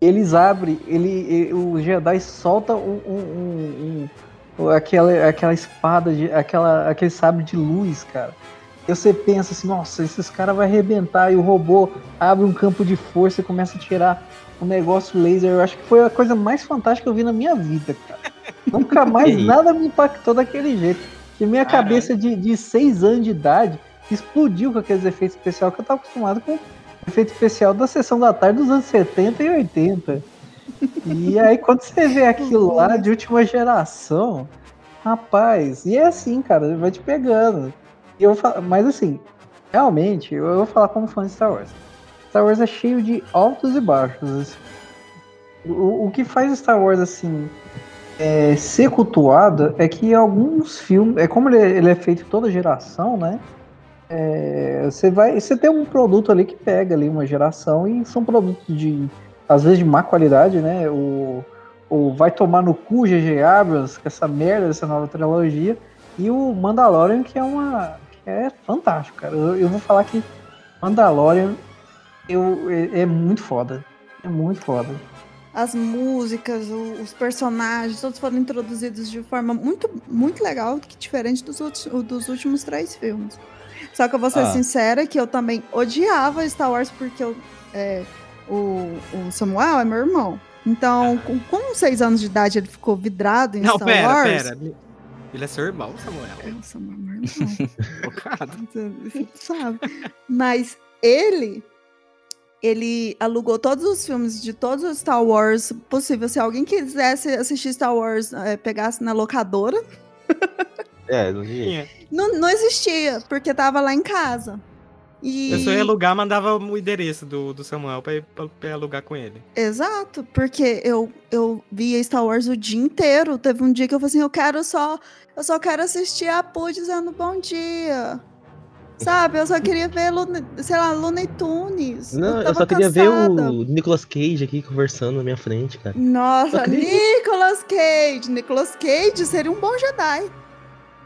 Eles abrem, ele, e- o Jedi solta um, um- um- um- aquela, aquela espada, de, aquela, aquele sabre de luz, cara. E você pensa assim, nossa, esses caras vão arrebentar. E o robô abre um campo de força e começa a tirar um negócio laser. Eu acho que foi a coisa mais fantástica que eu vi na minha vida, cara. Nunca mais isso? nada me impactou daquele jeito. Que minha Caralho. cabeça de, de seis anos de idade explodiu com aqueles efeitos especiais que eu tava acostumado com efeito especial da sessão da tarde dos anos 70 e 80. E aí, quando você vê aquilo lá de última geração, rapaz, e é assim, cara, vai te pegando. E eu falo, mas assim, realmente, eu, eu vou falar como fã de Star Wars. Star Wars é cheio de altos e baixos. assim. O, o que faz Star Wars assim é, ser cultuado é que alguns filmes, é como ele, ele é feito toda geração, né? É, você vai, você tem um produto ali que pega ali uma geração e são produtos de às vezes de má qualidade, né? O, o vai tomar no cu GG Abrams com essa merda dessa nova trilogia e o Mandalorian que é uma que é fantástico, cara. Eu, eu vou falar que Mandalorian eu, é, é muito foda. É muito foda. As músicas, o- os personagens, todos foram introduzidos de forma muito, muito legal, que diferente dos, outros- dos últimos três filmes. Só que eu vou ser Ah. sincera que eu também odiava Star Wars porque eu, é, o, o Samuel é meu irmão. Então, com, com seis anos de idade, ele ficou vidrado em Ah. Não, Star pera, Wars. pera. Ele é seu irmão, Samuel. Nossa, meu irmão. Focado. Você Assim, sabe. Mas ele. Ele alugou todos os filmes de todos os Star Wars possível. Se alguém quisesse assistir Star Wars, eh, pegasse na locadora. É, não sei. Não, não existia, porque tava lá em casa. E... Eu só ia alugar, mandava o endereço do, do Samuel pra, ir- pra, pra ir alugar com ele. Exato, porque eu, eu via Star Wars o dia inteiro. Teve um dia que eu falei assim, eu quero só, eu só quero assistir a Pooh dizendo bom dia. Sabe, eu só queria ver, Lune- sei lá, Looney Tunes. Não, eu tava só queria ver cansada. o Nicolas Cage aqui conversando na minha frente, cara. Tá Nossa, Nicolas Cage. Tá Nicolas Cage seria um bom Jedi.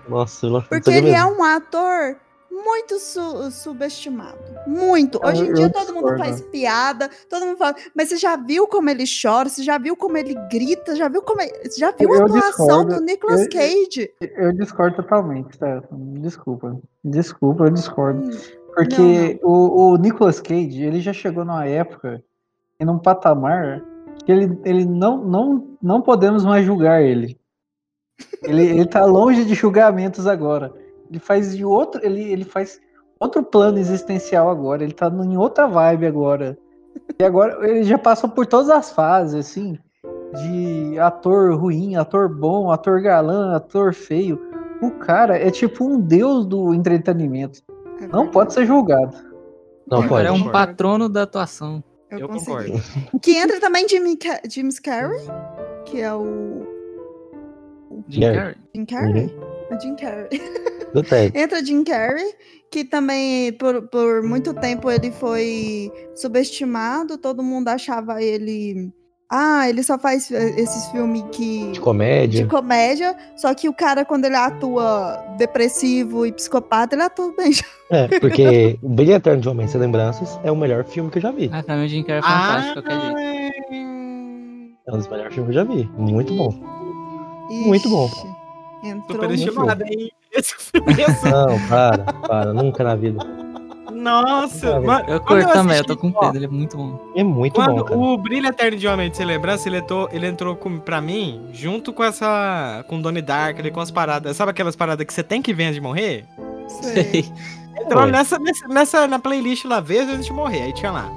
Nossa, eu não Porque ele é um ator muito su- subestimado. Muito. Hoje em Ah, eu dia todo mundo discordo. faz piada, todo mundo fala, mas você já viu como ele chora, você já viu como ele grita, já viu como ele... Você já viu a Eu atuação discordo. do Nicolas Eu- Cage? Eu discordo totalmente, tá? Desculpa. Desculpa, eu discordo. Hum, Porque O, o Nicolas Cage, ele já chegou numa época e num patamar que ele, ele não, não, não podemos mais julgar ele. Ele, ele tá longe de julgamentos agora. Ele faz de outro. Ele, ele faz outro plano existencial agora. Ele tá em outra vibe agora. E agora ele já passou por todas as fases, assim, de ator ruim, ator bom, ator galã, ator feio. O cara é tipo um deus do entretenimento. é Não verdade. pode ser julgado. Não, Agora pode. é um Concordo. patrono da atuação. Eu, Eu consegui. concordo. Que entra também Jimmy, Ca- James Carrey, que é o Jim Yeah. Carrey. Jim Carrey? Uhum. O Jim Carrey. Eu tenho. Entra Jim Carrey, que também por, por muito tempo ele foi subestimado, todo mundo achava ele... Ah, ele só faz eh, esses filmes que... De comédia. De comédia, só que o cara, quando ele atua depressivo e psicopata, ele atua bem. É, porque O Brilho Eterno de Homem Sem Lembranças é o melhor filme que eu já vi. Ah, pra mim o Jim Carrey é Ah, fantástico. qualquer jeito. É um dos melhores filmes que eu já vi. Muito bom. Muito bom. Ixi, Entrou. Super estimado, hein? Esse filme é su- Não, para, para. Nunca na vida. Nossa, Cara, mano. Eu quando curto também, eu assisti, tô com ó, Pedro, ele é muito bom. É muito bom, Quando cara. o Brilho Eterno de Homem de Sem Lembrança, ele entrou, ele entrou com, pra mim, junto com essa. com Donnie Dark, ele com as paradas. Sabe aquelas paradas que você tem que ver antes de morrer? Sei. Entrou Foi. né? nessa, nessa, nessa- na playlist lá, vez antes de morrer. Aí tinha lá.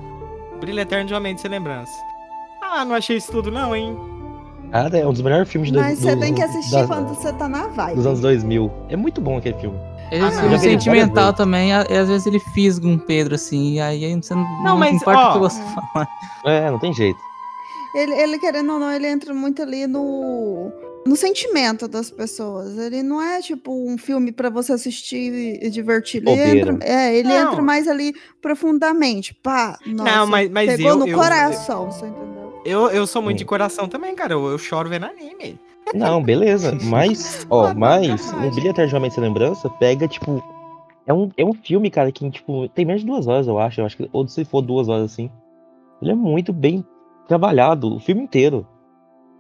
Brilho Eterno de Homem de Sem Lembrança. Ah, não achei isso tudo, não, hein? Cara, é um dos melhores filmes do, Mas você do- tem que assistir das- quando você tá na vibe. dos anos 2000. É muito bom aquele filme. Ele é um Ah, filme mas ele sentimental parece- também, a- e às vezes ele fisga um Pedro, assim, e aí você não, não, mas, importa o que ó, você fala. É, não tem jeito. Ele, ele, querendo ou não, ele entra muito ali no, no sentimento das pessoas. Ele não é tipo um filme pra você assistir e e divertir. Ele, Bobeira. entra, é, ele Não. entra mais ali profundamente. Pá, nossa, não, mas, mas pegou eu, no eu, coração, você entendeu? Eu, eu sou muito Sim. de coração também, cara. Eu, eu choro vendo anime. Não, beleza. Mas, ó, Ah, mas não, não. o Billy Eterno de Homem Sem Lembrança pega, tipo. É um, é um filme, cara, que, tipo, tem menos de duas horas, eu acho. Eu acho que, ou se for duas horas assim. Ele é muito bem trabalhado, o filme inteiro.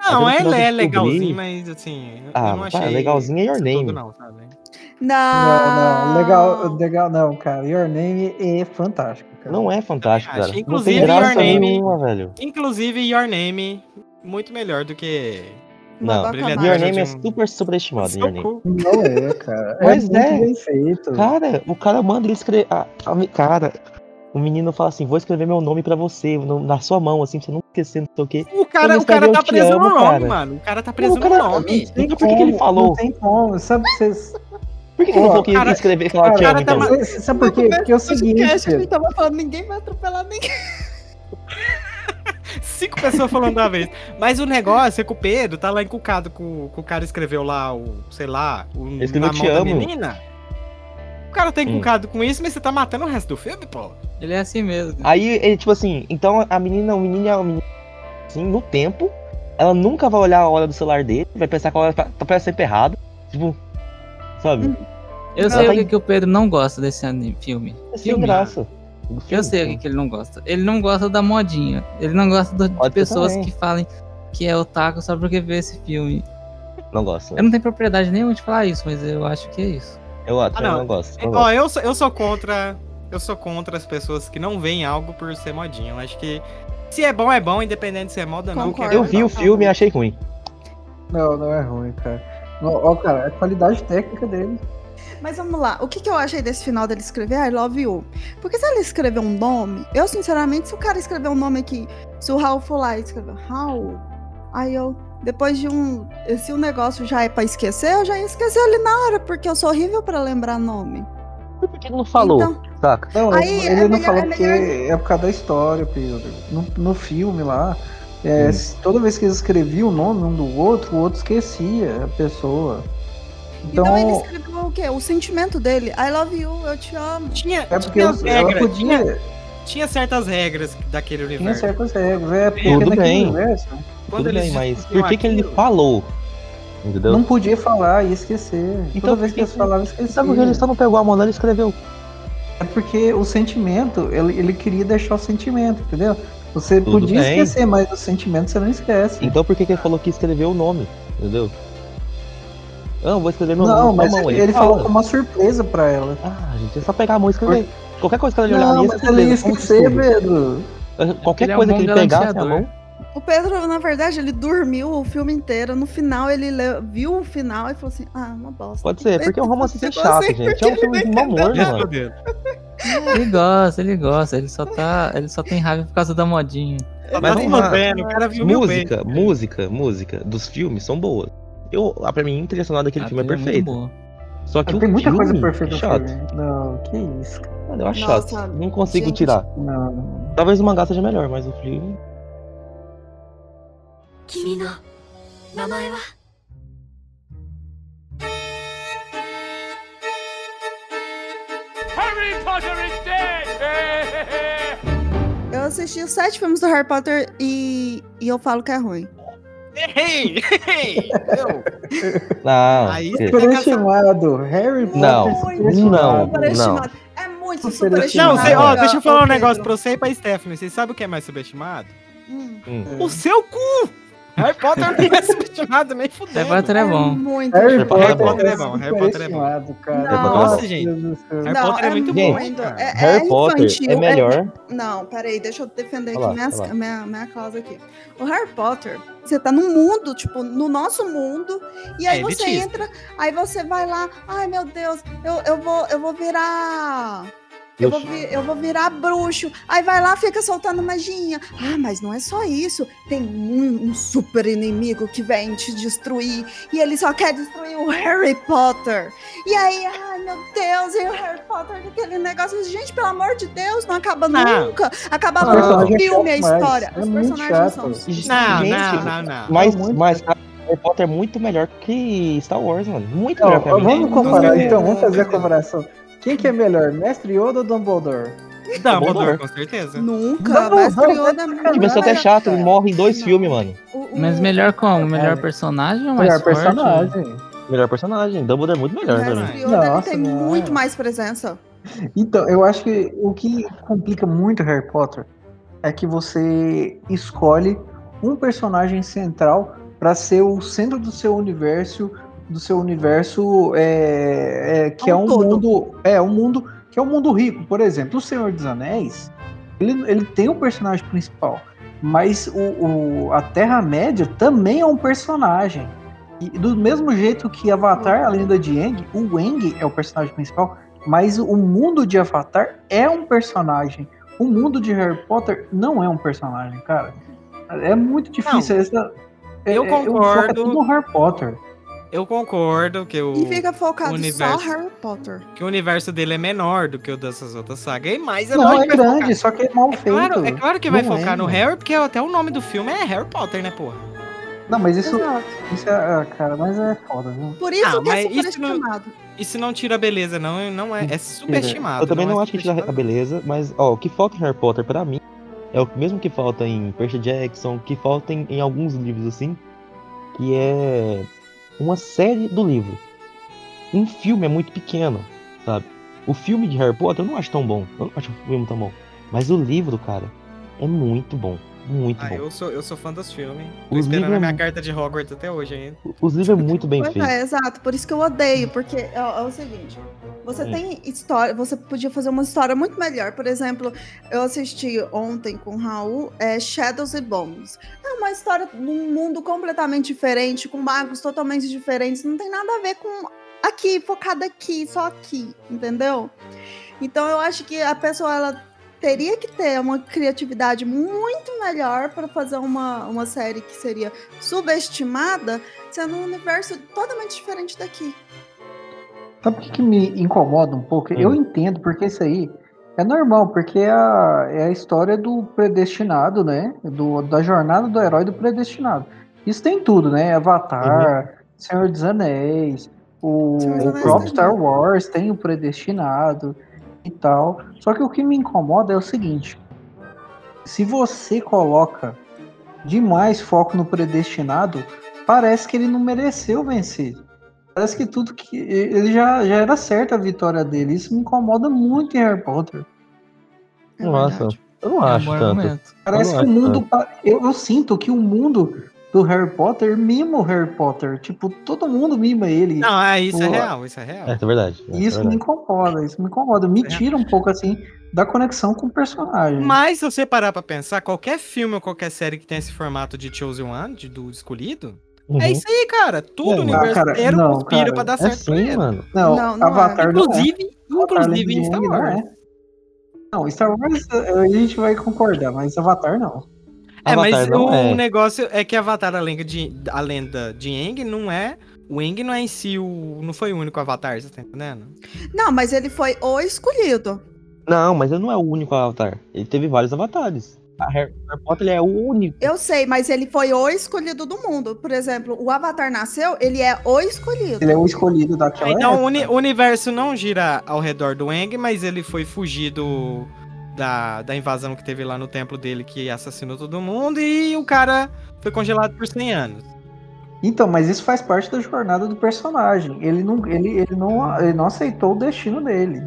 Não, Mas eu não ele é descobri. legalzinho, mas assim, eu- Ah, eu não pá, achei. legalzinho é Your isso Name. Tudo, não, sabe? Não, Não, não, legal, legal, não, cara. Your Name é fantástico, cara. Não é fantástico, Também cara. Ah, acho. não tem Inclusive, graça Your Name- nenhuma, velho. Inclusive, Your Name, muito melhor do que. Uma Não, vaca Brilhante mágica. Your Imagem Name é de um- super superestimado, Your Name. Socorro. Não é, cara. Pois muito é. bem feito. Cara, o cara manda ele escrever. ah, ah, cara, o menino fala assim: vou escrever meu nome pra você, no- na sua mão, assim, pra você não esquecer, não sei o quê. O cara, Ele o cara escreveu, tá "Eu te preso no amo, nome, cara." mano. O cara tá preso cara- é um no nome. Não sei por que que ele falou. Não tem como. Sabe, vocês. Por que, que ele Ó, falou que cara, ia escrever e falar cara, te amo, o cara tá então? ma- Mas, você- sabe por quê? Porque é o seguinte, Podcast que ele tá- Pedro, tava falando, ninguém vai atropelar ninguém. Cinco pessoas falando da vez. Mas o negócio é que o Pedro tá lá encucado com, com o cara escreveu lá o, sei lá, o Ele escreveu "Te da amo". menina. O cara tá Hum. encucado com isso, mas você tá matando o resto do filme, pô. Ele é assim mesmo. Aí ele, tipo assim, então a menina, o menino é o menino, assim, no tempo, ela nunca vai olhar a hora do celular dele, vai pensar que a hora tá, tá sempre errada. Tipo, sabe? Eu Não, sei o tá que, em- que o Pedro não gosta desse anime, filme. É sem Filme. graça. Eu sei o que, que ele não gosta. Ele não gosta da modinha. Ele não gosta do- de Pode ser pessoas também. que falem que é otaku só porque vê esse filme. Não gosto. Eu não tenho propriedade nenhuma de falar isso, mas eu acho que é isso. Eu acho, Ah, não. não. não gosto. É, Não ó, gosto. eu sou, eu sou contra. Eu sou contra as pessoas que não veem algo por ser modinha. Eu acho que se é bom, é bom, independente se é moda ou não. Concordo. que é Eu vi o legal. filme e achei ruim. Não, não é ruim, cara. Não, ó, cara, a qualidade técnica dele. Mas vamos lá, o que, que eu achei desse final dele escrever I love you? Porque se ele escrever um nome, eu sinceramente, se o cara escrever um nome aqui, se o Raul for lá e escrever Raul, aí eu, depois de um. Se o negócio já é pra esquecer, eu já ia esquecer ele na hora, porque eu sou horrível pra lembrar nome. Por que ele não falou? Então, Saca? Não, Aí, ele é não melhor- falou é porque melhor- é por causa da história, Pedro. No, no filme lá, é, Hum. se- toda vez que eles escreviam o nome um do outro, o outro esquecia a pessoa. Então, então, ele escreveu o quê? O sentimento dele. I love you, eu te amo. Tinha, é porque tinha, as ela regras, tinha, podia. né? tinha certas regras daquele Tinha universo. certas regras. É porque Tudo naquele bem. universo. Quando Tudo eles bem, mas discutiam por que, que ele aquilo, falou? Entendeu? Não podia falar, ia esquecer. Então, Toda vez que eles falavam, esquecia. Sabe por que ele só não pegou a Mona e escreveu? É porque o sentimento, ele, ele queria deixar o sentimento, entendeu? Você Tudo podia bem. esquecer, mas o sentimento você não esquece. Então por que, que ele falou que escreveu o nome? Entendeu? Não, vou escrever meu não, nome. com a mas mão, ele, falou um fala. como uma surpresa pra ela. Ah, gente, é só pegar a mão e escrever. Qualquer coisa que ela olhar Não, ali, mas ela ia esquecer, Pedro. né? Qualquer Ele é um coisa bom que ele pegasse a galanteador. mão. O Pedro, na verdade, ele dormiu o filme inteiro. No final, ele le- viu o final e falou assim: ah, uma bosta. Pode ser, porque é um romance Ficou chato, assim gente. porque É um ele filme de mau humor, mano. Ele gosta, ele gosta. Ele só tá. Ele só tem raiva por causa da modinha. Mas tá se vamos lá. mantendo, o cara viu meu bem. Música, música, música dos filmes são boas. Eu, ah, pra mim, a trilha sonora daquele A filme é trilha muito perfeita. boa. Só que o Tem muita coisa filme perfeita é no chato. filme. Não, que isso. cara. Mano, eu acho Nossa, chato. Não consigo gente. tirar. Não. Talvez o mangá seja melhor, mas o filme. Eu assisti os sete filmes do Harry Potter e, e eu falo que é ruim. Errei! Errei! Meu, Não. Aí o quê? você- Superestimado. Harry Potter. Não, não, superestimado. É muito Não, superestimado. Não, você, ó, Pedro. deixa eu falar Ô, um negócio Pedro. pra você e pra Stephanie. Vocês sabem o que é mais subestimado? Hum, Hum. O seu cu! Harry Potter não é subestimado nem fudendo. Harry Potter é bom. muito Harry Potter é Potter, bom. é é Harry Potter é bom, Harry Potter é bom. superestimado, cara. Não. Nossa, Meu gente. Deus do céu. Harry Potter é muito bom, cara. é- Harry é Potter infantil, é melhor. Não, peraí, deixa eu defender Vai lá, aqui minhas- vai lá. minha, minha causa aqui. O Harry Potter, você tá no mundo, tipo, no nosso mundo, e aí É você elitista. entra, aí você vai lá, ai meu Deus, eu, eu, vou, eu vou virar. Eu vou, vi- eu vou virar bruxo. Aí vai lá, fica soltando magia. Ah, mas não é só isso. Tem um, um super inimigo que vem te destruir. E ele só quer destruir o Harry Potter. E aí, ai meu Deus, e o Harry Potter, com aquele negócio. Gente, pelo amor de Deus, não acaba Não. nunca. Os Acaba personagens no são filme a chatos demais. história. É Os muito chato. personagens são. Não, não, Gente, não, não. Mas, É muito- mas cara, Harry Potter é muito melhor que Star Wars, mano. Muito Não, melhor pra mim. Não vamos comparar, sei. então, vamos fazer a comparação. Quem que é melhor, Mestre Yoda ou Dumbledore? Dumbledore, Dumbledore. com certeza. Nunca. Não, Mas não, tá Yoda não, é O muito pessoal até é melhor. chato, ele morre em dois Não. filmes, mano. O- o- Mas melhor como? É. Melhor personagem ou mais Melhor forte? é personagem. Melhor personagem. Dumbledore é muito o melhor, mano. Mestre Yoda ele né? Nossa, tem não. muito mais presença. Então, eu acho que o que complica muito Harry Potter é que você escolhe um personagem central para ser o centro do seu universo, do seu universo é, é, que É é um um todo. mundo, é um mundo que é um mundo rico. Por exemplo, o Senhor dos Anéis, ele, ele tem um personagem principal, mas o, o- a Terra Média também é um personagem. E do mesmo jeito que Avatar, a lenda de Aang, o Aang é o personagem principal, mas o mundo de Avatar é um personagem. O mundo de Harry Potter não é um personagem, cara. É muito difícil. essa- é- eu é- foco concordo. tudo no Harry Potter. Eu concordo que o, E fica focado só universo. Harry Potter. que o universo dele é menor do que o dessas outras sagas. E mais, é não, lógico é que vai focar- grande, só que é tá mal É feito. claro, é claro que vai Não é, focar no mano. Harry, porque até o nome do filme é Harry Potter, né, porra? Não, mas isso, Exato. isso é. ah, Cara, mas é foda, viu? Por isso Ah, que mas é isso não- superestimado. Isso não tira a beleza, não. e Não é, é subestimado. Eu também não, é acho que tira a subestimado. beleza, mas ó, o que falta em Harry Potter pra mim é o mesmo que falta em Percy Jackson, o que falta em, em alguns livros assim, que é uma série do livro. Um filme é muito pequeno, sabe? O filme de Harry Potter eu não acho tão bom, eu não acho o filme tão bom, mas o livro, cara, é muito bom, muito Ah, bom. eu sou, eu sou fã dos filmes. Tô Os esperando livros- a minha carta de Hogwarts até hoje ainda. Os livros é muito bem Pois feito. é, exato. Por isso que eu odeio, porque é, é o seguinte. Você Hum. tem história, você podia fazer uma história muito melhor. Por exemplo, eu assisti ontem com o Raul é Shadows and Bones. É uma história num mundo completamente diferente, com magos totalmente diferentes. Não tem nada a ver com aqui, focada aqui, só aqui, entendeu? Então eu acho que a pessoa ela teria que ter uma criatividade muito melhor para fazer uma, uma série que seria subestimada, sendo um universo totalmente diferente daqui. Sabe o que, que me incomoda um pouco? Eu Hum. entendo, porque isso aí é normal, porque é a, é a história do predestinado, né? Do, da jornada do herói do predestinado. Isso tem tudo, né? Avatar, Senhor dos Anéis, o, Senhor dos o Anéis próprio tem Star Wars tem o predestinado e tal. Só que o que me incomoda é o seguinte: se você coloca demais foco no predestinado, parece que ele não mereceu vencer. Parece que tudo que. Ele já, já era certa a vitória dele. Isso me incomoda muito em Harry Potter. É Nossa, verdade. eu não É um acho bom tanto. argumento. Parece Eu que o não acho mundo. pa- Eu, eu sinto que o mundo do Harry Potter mima o Harry Potter. Tipo, todo mundo mima ele. Não, é, isso é Pô. real, isso é real. É, isso é verdade. é, E isso é me verdade. incomoda, isso me incomoda. É. Me tira um pouco assim da conexão com o personagem. Mas se você parar pra pensar, qualquer filme ou qualquer série que tem esse formato de Chosen One, de- do escolhido, Uhum. é isso aí, cara. Tudo o Não, universo cara, inteiro não, conspira cara, pra dar É certo pra sim, ele. mano. Não, Não, não Avatar não é. Inclusive, inclusive em Star Avatar Wars. Não, é. Não, Star Wars eh, a gente vai concordar, mas Avatar não. É, mas Avatar não o é. negócio é que Avatar, a lenda de, a lenda de Aang, não é. O Aang não é em si o. Não foi o único Avatar, você tá entendendo? Não, mas ele foi o escolhido. Não, mas ele não é o único avatar. Ele teve vários avatares. A Harry, Harry Potter ele é o único. Eu sei, mas ele foi o escolhido do mundo. Por exemplo, o Avatar nasceu, ele é o escolhido. Ele é o escolhido daquela então o é, época. uni- o universo não gira ao redor do Aang, mas ele foi fugido da, da invasão que teve lá no templo dele, que assassinou todo mundo, e o cara foi congelado por 100 anos. Então, mas isso faz parte da jornada do personagem. Ele não, ele, ele não, ele não aceitou o destino dele.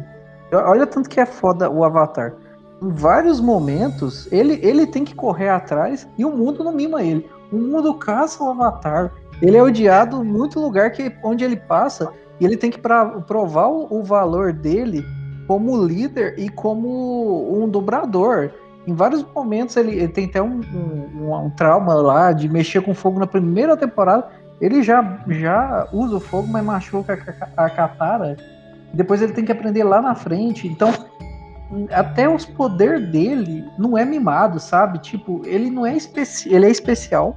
Olha tanto que é foda o Avatar. Em vários momentos, ele, ele tem que correr atrás e o mundo não mima ele. O mundo caça o Avatar. Ele é odiado em muito lugar que, onde ele passa. E ele tem que pra- provar o, o valor dele como líder e como um dobrador. Em vários momentos, ele, ele tem até um, um- um- um trauma lá de mexer com fogo na primeira temporada. Ele já, já usa o fogo, mas machuca a ca- a Katara. Depois ele tem que aprender lá na frente. Então, até os poder dele não é mimado, sabe? Tipo, ele não é especial. Ele é especial,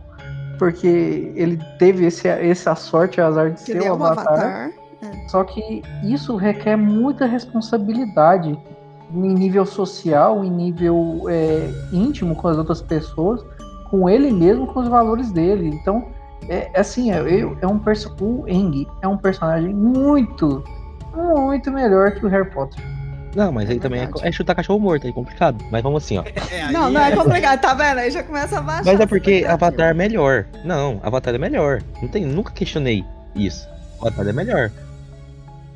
porque ele teve esse, essa sorte, azar de Que ser ele é o um Avatar. né? Avatar. Só que isso requer muita responsabilidade em nível social, em nível é, íntimo com as outras pessoas, com ele mesmo, com os valores dele. Então, é é assim, é, eu- é um perso o Eng é um personagem muito, muito melhor que o Harry Potter. Não, mas É aí também é, co- verdade. é chutar cachorro morto, aí é complicado. Mas vamos assim, ó. Não, não é complicado, tá vendo? Aí já começa a baixar. Mas é essa porque expectativa. Avatar é melhor. Não, Avatar é melhor. Não tem, nunca questionei isso. Avatar é melhor.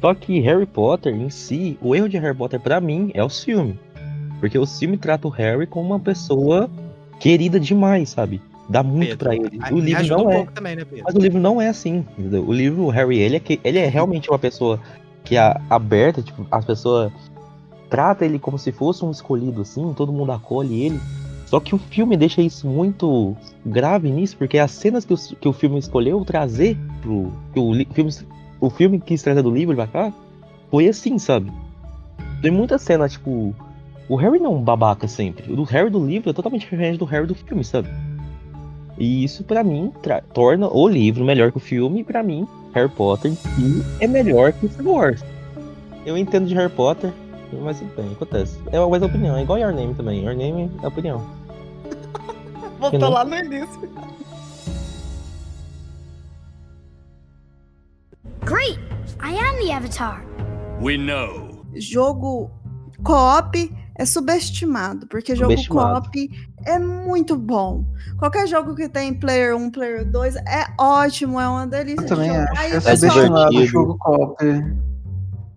Só que Harry Potter em si, o erro de Harry Potter pra mim é os filmes. Porque os filmes tratam o Harry como uma pessoa querida demais, sabe? Dá muito pra ele. a- O me livro ajuda não um é. pouco também, né, Pedro? Mas o livro não é assim. entendeu? O livro, o Harry, ele é, que, ele é realmente uma pessoa que é aberta, tipo, as pessoas trata ele como se fosse um escolhido, assim, todo mundo acolhe ele. Só que o filme deixa isso muito grave nisso, porque as cenas que o, que o filme escolheu trazer pro. Que o, li- filme, o filme quis trazer do livro pra cá foi assim, sabe? Tem muita cena, tipo. O Harry não é um babaca sempre. O do Harry do livro é totalmente diferente do Harry do filme, sabe? E isso, pra mim, tra- torna o livro melhor que o filme. E pra mim, Harry Potter em si é melhor que Star Wars. Eu entendo de Harry Potter, mas tudo bem, acontece. É uma coisa opinião, é igual Your Name também. Your Name é opinião. Voltou não- lá no início. Great! I am the Avatar. We know. Jogo co-op é subestimado, porque jogo Subestimado. co-op é muito bom. Qualquer jogo que tem player 1, player 2 é ótimo, é uma delícia Eu de também jogar. acho. E Eu o sou é pessoal desestimado o divertido. jogo copy.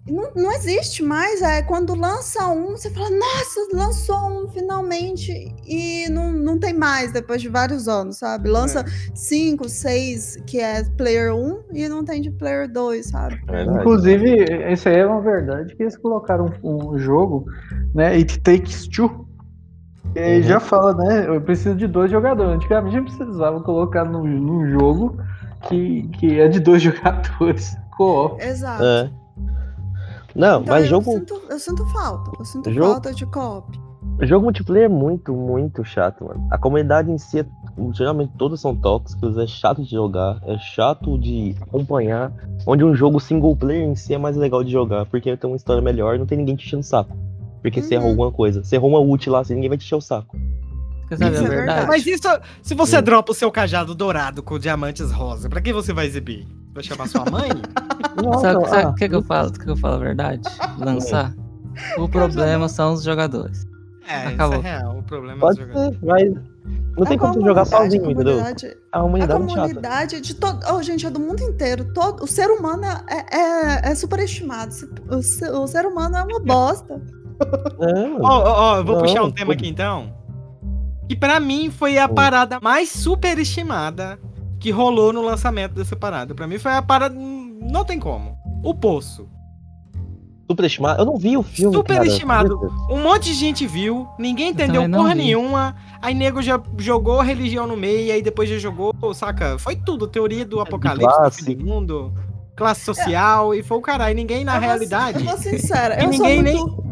Não, não existe mais. É quando lança um, você fala, nossa, lançou um finalmente. E não, não tem mais depois de vários anos, sabe? Lança É. cinco, seis, que é player 1, e não tem de player 2, sabe? É Inclusive, essa aí é uma verdade que eles colocaram um um jogo, né? It takes two. E aí Uhum. já fala, né? Eu preciso de dois jogadores. Antigamente eu precisava colocar num, num jogo que, que é de dois jogadores. Co-op. Exato. É. Não, Então, mas eu jogo, Sinto, eu sinto falta. Eu sinto Jogo- falta de co-op. jogo multiplayer é muito, muito chato, mano. A comunidade em si, é, geralmente todos são tóxicos, é chato de jogar, é chato de acompanhar. Onde um jogo single player em si é mais legal de jogar, porque tem uma história melhor, não tem ninguém te enchendo o saco. Porque você errou Uhum. alguma coisa. Você errou uma ult lá, assim, ninguém vai te encher o saco. Quer saber Isso a é verdade? verdade. Mas isso, se você Hum. dropa o seu cajado dourado com diamantes rosa, pra quem você vai exibir? Vai chamar sua mãe? Sabe, sabe o ah, que, que eu falo? Sabe o que eu falo a verdade? Lançar. O problema são os jogadores. É, Acabou. isso é real. O problema é Pode os jogadores. ser, mas Não tem É como com você a jogar humanidade, sozinho, a entendeu? comunidade- A A humanidade é chata. comunidade de todo. Oh, gente, é do mundo inteiro. Todo... O ser humano é, é, é superestimado. Se- O ser, o ser humano é uma bosta. Ó, Não, ó, ó, eu vou Não, puxar um tema tudo. aqui então. Que pra mim foi a Hum. parada mais superestimada que rolou no lançamento dessa parada. Pra mim foi a parada. Não tem como. O Poço. superestimado. Eu não vi o filme. cara. Superestimado. Um monte de gente viu, ninguém entendeu também não porra vi. nenhuma. Aí nego já jogou religião no meio, aí depois já jogou, saca? Foi tudo. Teoria É, do apocalipse, do fim do mundo, classe social, e foi o caralho. Ninguém na Eu vou- realidade. eu vou ser sincera, E eu sou ninguém muito.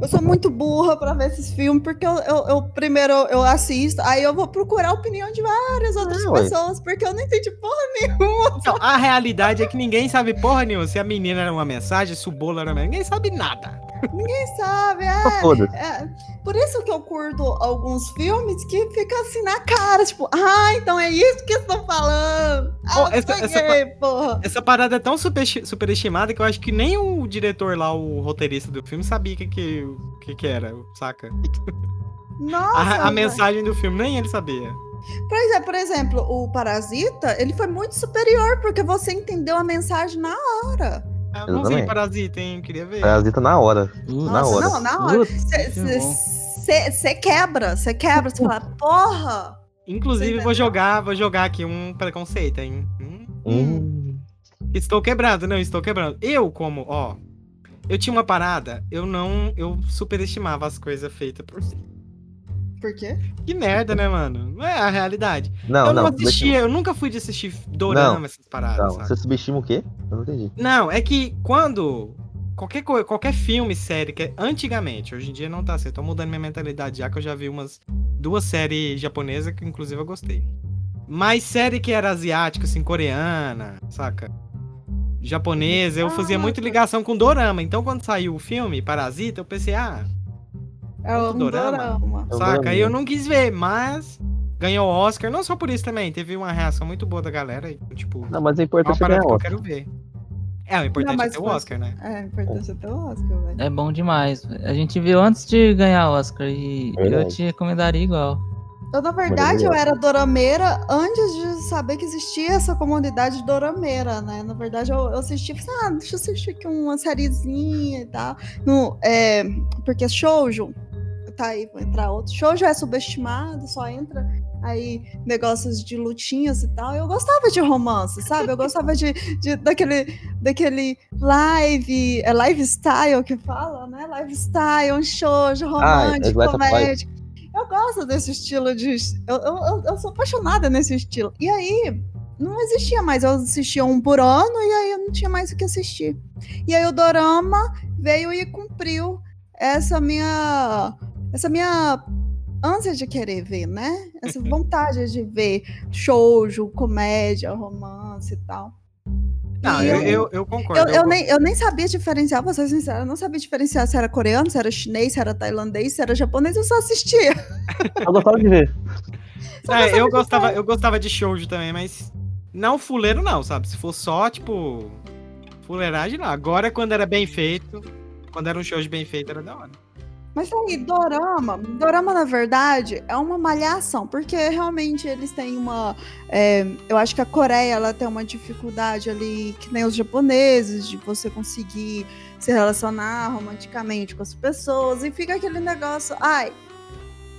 Eu sou muito burra pra ver esses filmes, porque eu, eu- eu- primeiro eu assisto, aí eu vou procurar a opinião de várias outras é ué. pessoas, porque eu não entendi porra nenhuma. Então, a realidade é que ninguém sabe porra nenhuma. Se a menina era uma mensagem, se o bolo era uma mensagem, ninguém sabe nada. Quem sabe? Ah, É, Foda-se. É, por isso que eu curto alguns filmes que fica assim na cara, tipo, ah, então é isso que estão falando. Ah, Ó, essa- ganhei, essa pa- porra. Essa parada é tão superesti- superestimada que eu acho que nem o diretor lá, o roteirista do filme, sabia o que, que, que, que era, saca? Nossa, é. A- a, velho. mensagem do filme, nem ele sabia. Pois é, por exemplo, o Parasita, ele foi muito superior, porque você entendeu a mensagem na hora. Ah, Eu não vi Exatamente. Parasita, hein? Queria ver. Parasita é na hora. Na Nossa, hora. não, na hora. Putz, que bom. Você quebra, você quebra, você fala, porra! Inclusive, Você vou jogar, vou jogar aqui um preconceito, hein? Hum? É. Hum. Estou quebrado, não, estou quebrado. Eu, como, ó, eu tinha uma parada, eu não. Eu superestimava as coisas feitas por. Por quê? Que merda, né, mano? Não é a realidade. Não, eu não, não. assistia, subestima- eu nunca fui de assistir dorama, Não, essas paradas, Não, saca? você subestima o quê? Eu não entendi. Não, é que quando. Qualquer, coi- qualquer filme, série, que é antigamente, hoje em dia não tá assim. Eu tô mudando minha mentalidade já, que eu já vi umas duas séries japonesas que inclusive eu gostei. Mas série que era asiática, assim, coreana, saca? Japonesa, eu fazia Ah, muito tá. ligação com Dorama. Então quando saiu o filme, Parasita, eu pensei, ah, É um dorama? dorama. É um Saca? E eu draminha. não quis ver, mas ganhou o Oscar, não só por isso também, teve uma reação muito boa da galera, e, tipo, Não, mas é é uma importante ganhar parada que eu Oscar. quero ver. É, o importante é mas ter o foi- Oscar, né? É, a importância até o Oscar, velho. É bom demais. A gente viu antes de ganhar o Oscar e eu É Verdade. te recomendaria igual. Eu, na verdade, eu Maravilhoso. era dorameira antes de saber que existia essa comunidade dorameira, né? Na verdade, eu, eu assisti, falei, ah, deixa eu assistir aqui uma sériezinha e tal. No, é, porque shoujo, tá aí, vou entrar outro. Shoujo é subestimado, só entra aí negócios de lutinhas e tal. Eu gostava de romance, sabe? Eu gostava de, de- daquele, daquele live, é lifestyle que fala, né? Lifestyle, um shoujo, romântico, Slice of Life. comédia. Eu gosto desse estilo de. Eu, eu, eu- eu sou apaixonada nesse estilo. E aí, não existia mais. Eu assistia um por ano e aí eu não tinha mais o que assistir. E aí o Dorama veio e cumpriu essa minha. Essa minha ânsia de querer ver, né? Essa Uhum. vontade de ver shoujo, comédia, romance e tal. Não, E eu, eu- eu, eu Eu, concordo. eu nem, eu nem sabia diferenciar, vou ser sincera, eu não sabia diferenciar se era coreano, se era chinês, se era tailandês, se era japonês, eu só assistia. Eu gostava de ver. Só É, gostava eu de gostava, eu gostava de shoujo também, mas não fuleiro não, sabe? Se for só, tipo, fuleiragem não. Agora, quando era bem feito, quando era um shoujo bem feito, era da hora. Mas tá aí, dorama. Dorama, na verdade, é uma malhação, porque realmente eles têm uma. é, eu acho que a Coreia ela tem uma dificuldade ali, que nem os japoneses, de você conseguir se relacionar romanticamente com as pessoas, e fica aquele negócio, ai,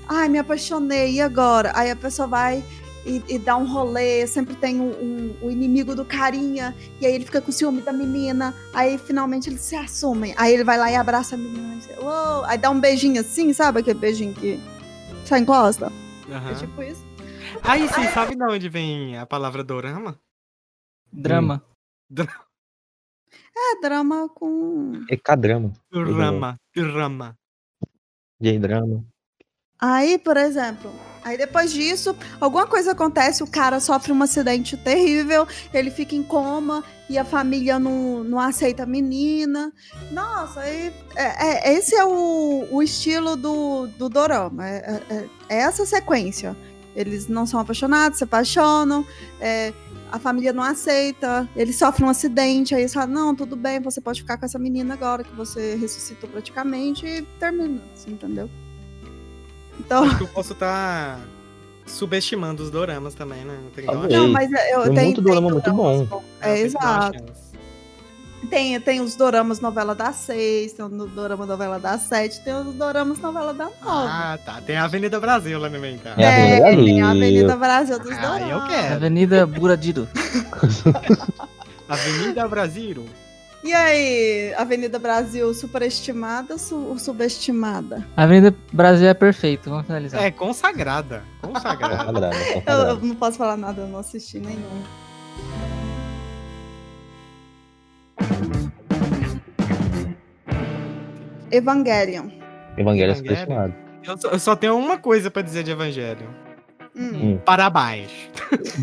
ai, me apaixonei, e agora? Aí a pessoa vai. E, e dá um rolê, sempre tem um- um- o inimigo do carinha, e aí ele fica com ciúme da menina, aí finalmente eles se assumem. Aí ele vai lá e abraça a menina, e diz, "Uou", aí dá um beijinho assim, sabe aquele beijinho que só encosta? É Aham. tipo isso. Aí sim, sabe de onde vem a palavra dorama? Drama. É drama com. É cadrama. Dorama, dorama. J-drama. Aí, por exemplo. Aí depois disso, alguma coisa acontece, o cara sofre um acidente terrível, ele fica em coma e a família não, não aceita a menina. Nossa, aí, é- é- esse é o, o estilo do, do dorama. É, é- é essa sequência. Eles não são apaixonados, se apaixonam, é, a família não aceita, ele sofre um acidente, aí eles falam, não, tudo bem, você pode ficar com essa menina agora que você ressuscitou praticamente e termina, assim, entendeu? Então, Acho que eu posso estar tá subestimando os doramas também, né? Tem que dar uma Talvez. chance. Não, mas eu Tem tenho. muito dorama muito bom. Tem É, que dar uma exato. chance. Tem, tem os doramas novela das seis, tem o no- dorama novela das sete, tem os doramas novela da nove. Ah, tá. Tem a Avenida Brasil lá também, então. É a é, Avenida tem a Brasil. Avenida Brasil dos Ah, doramas. eu quero. Avenida Buradiro. Avenida Brasil. E aí, Avenida Brasil superestimada ou su- subestimada? Avenida Brasil é perfeito, vamos finalizar. É consagrada. Consagrada. Sagrada, Eu, eu sagrada. não posso falar nada, eu não assisti nenhum. Evangelion. Evangelho é Evangelho. superestimado. eu, só, eu só tenho uma coisa pra dizer de Evangelho. Hum. Parabéns.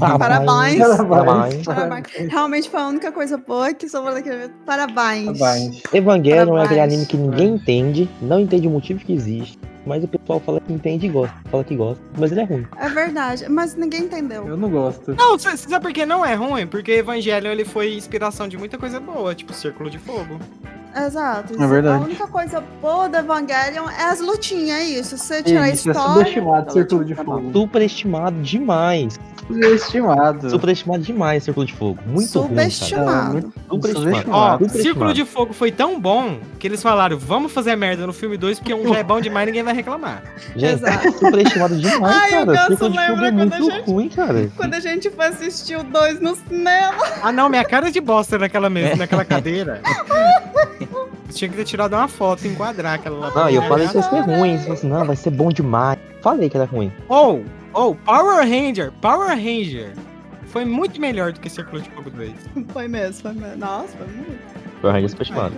Ah, Parabéns. Tá, Parabéns. Parabéns. Tá, Realmente foi a única coisa boa que só vou daquele. Parabéns. Parabéns. Evangelion é Parabéns. aquele anime que ninguém entende, não entende o motivo que existe, mas o pessoal fala que entende e gosta, fala que gosta, mas ele é ruim. É verdade, mas ninguém entendeu. Eu não gosto. Não, você sabe por que não é ruim? Porque Evangelho ele foi inspiração de muita coisa boa, tipo Círculo de Fogo. Exato. É verdade. A única coisa boa do Evangelion é as lutinhas, é isso. Se você tirar a Isso, é história. subestimado, Círculo de Fogo. Superestimado demais. É. Subestimado. Superestimado demais Círculo de Fogo. Muito ruim, cara. subestimado. cara. Superestimado. Ó, Superestimado. Círculo de Fogo foi tão bom que eles falaram, vamos fazer merda no filme 2, porque um já é bom demais, ninguém vai reclamar. Gente, Exato. superestimado demais, Ai, o cara. Ganso Círculo de Fogo lembra é quando a muito gente- ruim, cara. Quando a gente foi assistir o 2 no cinema. Ah não, minha cara de bosta naquela É. mesa, naquela cadeira. Tinha que ter tirado uma foto e enquadrar aquela lá. Não, e eu Ai, falei que ia não, ser ruim. Eles falaram assim, não, vai ser bom demais. Falei que era ruim. Ou, ou, Power Ranger, Power Ranger. Foi muito melhor do que Círculo de Fogo 2. Foi mesmo, foi mesmo. Nossa, foi muito. Power Rangers superestimado.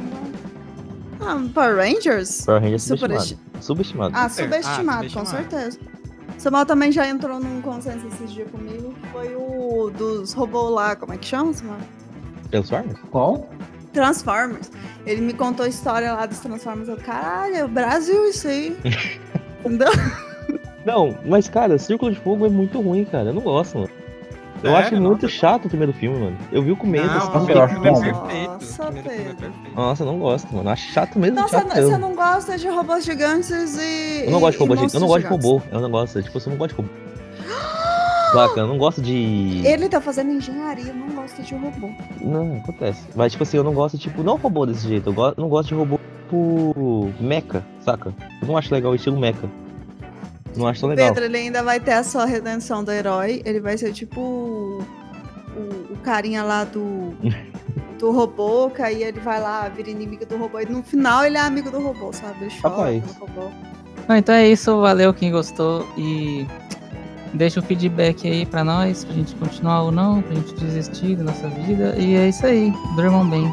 Ah, Power Rangers? Power é Rangers Superesti- superestimado. Subestimado. Ah, subestimado. subestimado, com certeza. Samuel também já entrou num consenso esses dias comigo, que foi o dos robôs lá, como é que chama, Samuel? Transformers? Qual? Transformers. Ele me contou a história lá dos Transformers. Eu, caralho, é o Brasil isso aí. Entendeu? Não, mas cara, Círculo de Fogo é muito ruim, cara. Eu não gosto, mano. Eu Sério? acho muito Nossa. chato o primeiro filme, mano. Eu vi o começo, assim, não, fiquei- eu acho bom. O Nossa, primeiro filme é Pedro. perfeito. Nossa, eu não gosto, mano. Eu acho chato mesmo. Então você chato não, mesmo. você não gosta de robôs gigantes e. Eu não gosto de robô, gente. Eu não gosto de robôs. robô. Eu não gosto. Tipo, assim, eu não gosto de robô. Saca? Eu não gosto de. Ele tá fazendo engenharia, eu não gosta de robô. Não, acontece. Mas, tipo assim, eu não gosto, tipo, não robô desse jeito. Eu go- não gosto de robô, tipo, mecha, saca? Eu não acho legal o estilo mecha. Não acho tão legal. Pedro, ele ainda vai ter a sua redenção do herói. Ele vai ser tipo o, o- o carinha lá do, do robô, que aí ele vai lá, vira inimigo do robô. E no final ele é amigo do robô, sabe? Ele chora Rapaz. pelo robô. Não, então é isso, valeu quem gostou e deixa o feedback aí pra nós, pra gente continuar ou não, pra gente desistir da nossa vida. E é isso aí, durmam bem.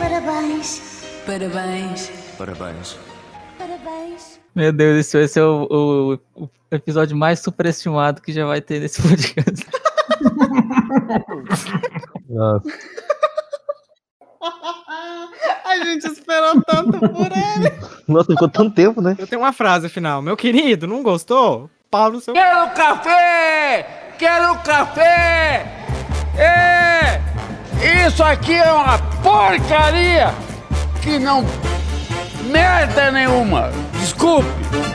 Parabéns. Parabéns. Parabéns. Meu Deus, esse vai ser o, o- o episódio mais superestimado que já vai ter nesse podcast. Nossa. A gente esperou tanto por ele. Nossa, ficou tanto tempo, né? Eu tenho uma frase final. Meu querido, não gostou? Pau no seu. Quero café! Quero café! É! Isso aqui é uma porcaria que não merda nenhuma. Desculpe.